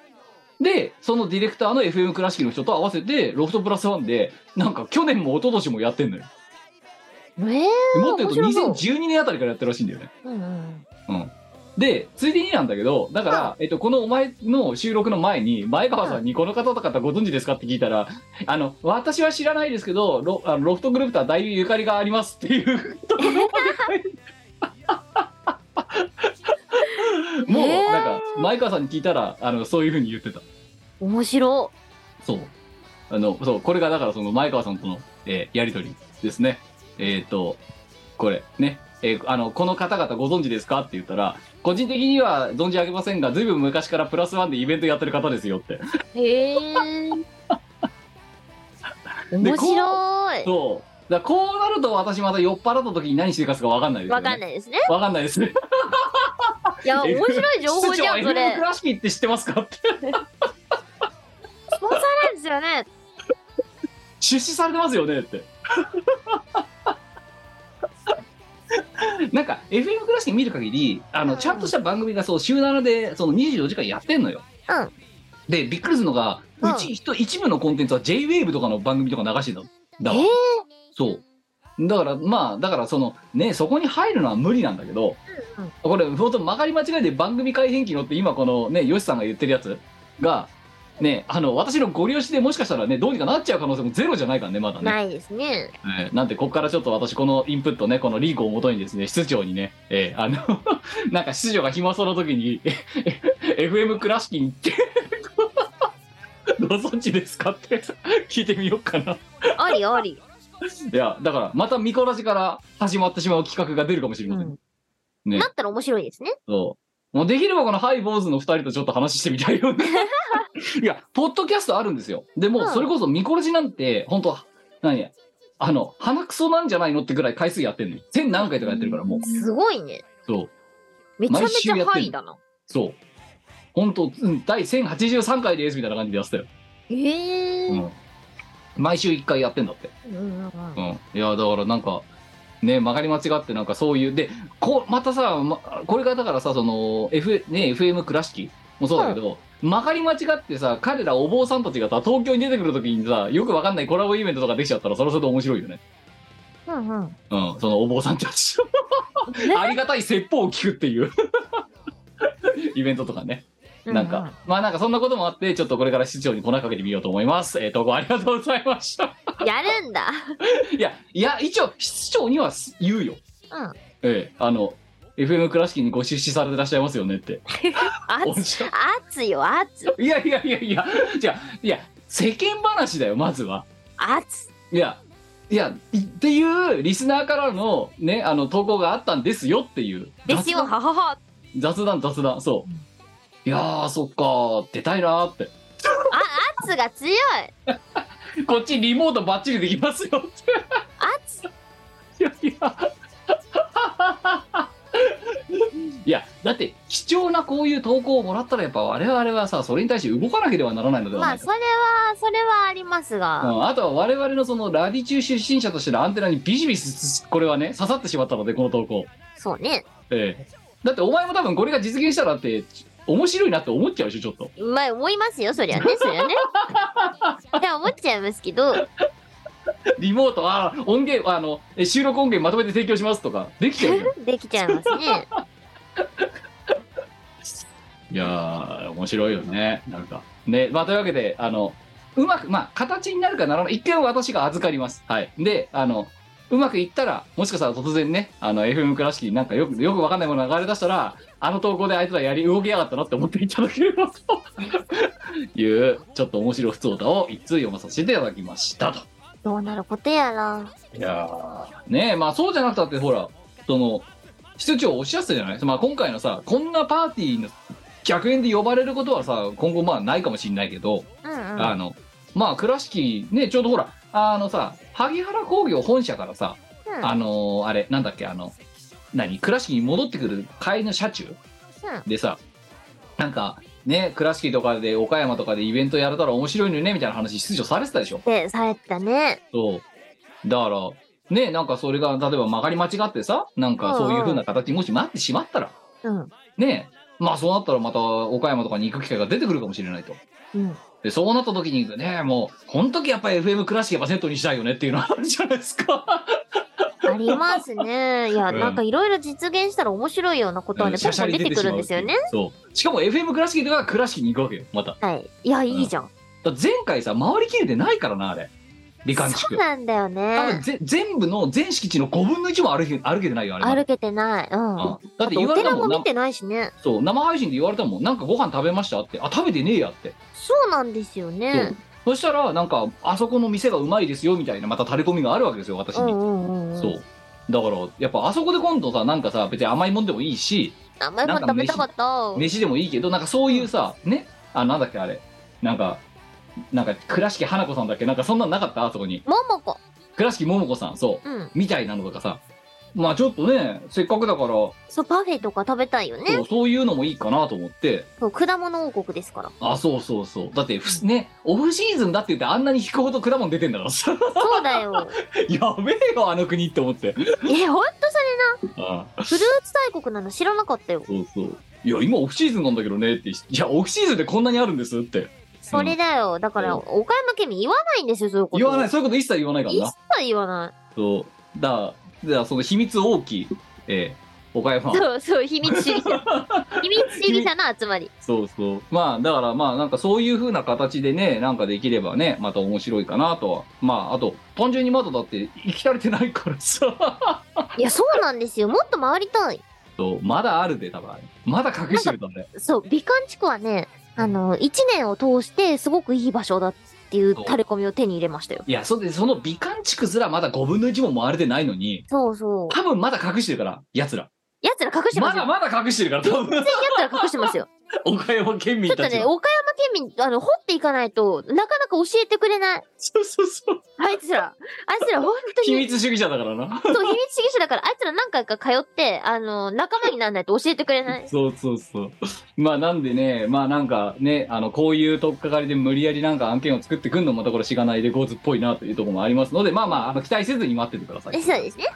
う。で、そのディレクターの FM 倉敷の人と合わせて、ロフトプラスワンで、なんか去年も一昨年もやってんのよ。ええ。もっと言うと面白2012年あたりからやってるらしいんだよね。うんうん。うん。で、ついでになんだけど、だから、えっと、このお前の収録の前に、前川さんにこの方とかご存知ですかって聞いたら、あの、私は知らないですけど、ロあのロフトグループとはだいぶゆかりがありますっていうところまで書いてもう、へーなんか、前川さんに聞いたら、あの、そういうふうに言ってた。面白。そう。あの、そう、これがだからその前川さんとの、えーやりとりですね。えっ、と、これ、ね。えーあの、この方々ご存知ですかって言ったら、個人的には存じ上げませんが、ずいぶん昔からプラスワンでイベントやってる方ですよって。 へえ。面白い。そう。だからこうなると私また酔っ払った時に何してるかすかわかんないですよ、わね。かんないですね。わかんないですね。い や、面白い情報じゃ ん、そ室長 FM れク。ラシキって知ってますかって。スポンサーなんですよね。出資されてますよねって なんか FM クラシック見る限りあうのんちゃんとした番組がそう週7でその24時間やってんのよ、うんでびっくりするのがうんうち一一部のコンテンツは JWAVE とかの番組とか流してたのだわええ。そうだからまあだからそのねそこに入るのは無理なんだけど、うんうんこれ本当曲がり間違いで番組改編機のって今このねよしさんが言ってるやつがねあの私のご利用しでもしかしたらねどうにかなっちゃう可能性もゼロじゃないからねまだね、ないですね。えーなんでここからちょっと私このインプットねこのリークをもとにですね室長にね、えーあのなんか室長が暇そうな時にええ FM 倉敷に行ってご存知ですかって聞いてみようかなありあり。いやだからまた見こらしから始まってしまう企画が出るかもしれうません、ん。ねだったら面白いですね。そう。もうできればこのハイ坊主の二人とちょっと話してみたいよね。 いや、ポッドキャストあるんですよ。でもう、んそれこそ見殺しなんて、本当何あの、鼻くそなんじゃないのってぐらい回数やってんのよ。千何回とかやってるからもう。すごいね。そう。めちゃめ毎週ちやってゃるハイだな。そう。本当うん第1083回ですみたいな感じでやってたよ。へえ。ううんん。毎週一回やってんだって。うんうん。うん、いやだからなんかね曲がり間違ってなんかそういうでこうまたさ、ま、これがだからさその、F ね、FM 倉敷もそうだけど、まかり間違ってさ、彼らお坊さんたちがさ、東京に出てくるときにさ、よくわかんないコラボイベントとかできちゃったら、それはそれで面白いよね。うんうん。うん、そのお坊さんたち。ありがたい説法を聞くっていう イベントとかね。なんか、ううまあなんかそんなこともあって、ちょっとこれから市長に粉かけてみようと思います。えー、投稿ありがとうございました。やるんだ。いや、いや、一応、市長には言うよ。うん。ええあの、FM 倉敷にご出資されてらっしゃいますよねって。熱しゃ熱よ、熱。いやいやいやいや、じゃあいや、世間話だよ、まずは。熱。いや、いや、いっていうリスナーからのね、あの、投稿があったんですよっていう。ですよ、雑談ははは。雑談、雑談、そう。いやー、そっかー、出たいなーって。あ、熱が強い。こっちリモートバッチリできますよって。熱いやいや。いやだって貴重なこういう投稿をもらったらやっぱ我々はさそれに対して動かなければならないのではまなあ、いか、それは、それはありますうが。ん、あとは我々のそのラディ中出身者としてのアンテナにビシビシこれはね刺さってしまったのでこの投稿、そうね。ええ、だってお前も多分これが実現したらって面白いなって思っちゃうでしょちょっとまあ、思いますよ、そりゃね、そり ゃね。いや、思っちゃいますけど。リモートあ音源あのえ収録音源まとめて提供しますとかできちゃうよできちゃいますね。いやー面白いよねなんかねまあというわけであのうまくまあ形になるかならない一回私が預かりますはいであのうまくいったらもしかしたら突然ねあの FM 倉敷になんかよくよくわかんないものが流れ出したらあの投稿であいつらやり動きやがったなって思っていただければというちょっと面白い普通歌を一通読まさせていただきましたとどうなることやら。いやーねえまあそうじゃなくたってほらその室長おっしゃってたじゃない、まあ、今回のさこんなパーティーの客演で呼ばれることはさ今後まあないかもしれないけど、うんうん。あのまあ倉敷ねちょうどほらあのさ萩原工業本社からさ、うんあのーあれなんだっけあの何倉敷に戻ってくる帰りの車中、でさなんかね倉敷とかで岡山とかでイベントやれたら面白いのよねみたいな話室長されてたでしょで、されてたね。そう。だから、ね、なんかそれが、例えば曲がり間違ってさ、なんかそういう風な形にもしなってしまったら、うん。ね、まあそうなったらまた岡山とかに行く機会が出てくるかもしれないと。うん。で、そうなった時にね、もう、この時やっぱり FM クラシックやっぱセットにしたいよねっていうのはあるじゃないですか。ありますね。いや、うんなんかいろいろ実現したら面白いようなことはね、しポゃンしゃポンり出てくるんですよね。そう。しかも FM クラシックが倉敷に行くわけよ、また。だかはい。いや、いいじゃん。ら前回さ、回りきれてないからな、あれ。罹患地そ区う。なんだよ多分ね。ぜ全部の全敷地の5分の1も歩け歩けてないよ、あれまだ。歩けてない。うん。うあんだってと言おわれた寺ももんな見てないしね。そう生配信で言われたもんなんかご飯食べましたってあ食べてねえやってそうなんですよね。そしたらなんかあそこの店がうまいですよみたいなまたタレコミがあるわけですよ私うに、んうんうんうん。そうだからやっぱあそこで今度さなんかさ別に甘いもんでもいいし甘いもん食べたかった。飯でもいいけどなんかそういうさねあなんだっけあれなんかなんか倉敷花子さんだっけなんかそんなんなかったあそこにももこ。倉敷桃子さんそううん。みたいなのとかさまあちょっとねせっかくだからそそう、パフェとか食べたいよねう。そういうのもいいかなと思ってそう、果物王国ですから。あそうそうそうだってふすねオフシーズンだって言ってあんなに引くほど果物出てんだからそさ うだよ。やべえよあの国って思ってえ、ほんとそれ、ああフルーツ大国なの知らなかったよ。そうそういや今オフシーズンなんだけどねっていやオフシーズンでこんなにあるんですってそれだよ。だから、うん岡山県民言わないんですよ、そういうこと。言わないそういうこと一切言わないから一な切言わない。そうだだからその秘密大きい、ええ岡山そうそう、秘密主義 者。秘密主義者の集まり。そうそうまあだからまあなんかそういう風な形でねなんかできればねまた面白いかなとはまああと単純にまだだって生きられてないからさいや、そうなんですよ。もっと回りたい。そうまだあるで多分あれまだ隠してるだねそう、美観地区はね、あの、一年を通してすごくいい場所だっていうタレコミを手に入れましたよ。いや、それで、その美観地区すらまだ5分の1も回れてないのに、そうそう。多分まだ隠してるから、奴ら。奴ら隠してまますだよ。まだ隠してるから、多分奴ら隠して ますよ。岡山県ちょ民っとたちね、は。岡山県民、あの、掘っていかないと、なかなか教えてくれない。そうそうそう。あいつら、あいつら本当秘に、密主義者だからな。そう、秘密主義者だから、あいつら何回か通って、あの、仲間にならないと教えてくれない。 そうそうそう。まあなんでね、まあなんかね、あの、こういうとっかかりで無理やりなんか案件を作ってくんのも、またこれしがないレコーズっぽいなというところもありますので、まあまあ、あの、期待せずに待っててください。そうですね。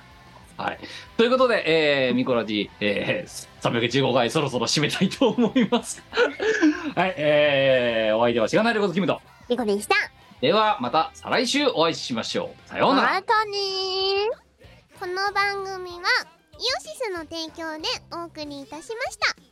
はい。ということで、えー、ミコラジ、えー、315回そろそろ締めたいと思います。 はい、えー、お相手はしがないでことキムと。リコでしたでは、また再来週お会いしましょう。さようなら。またねーこの番組はイオシスの提供でお送りいたしました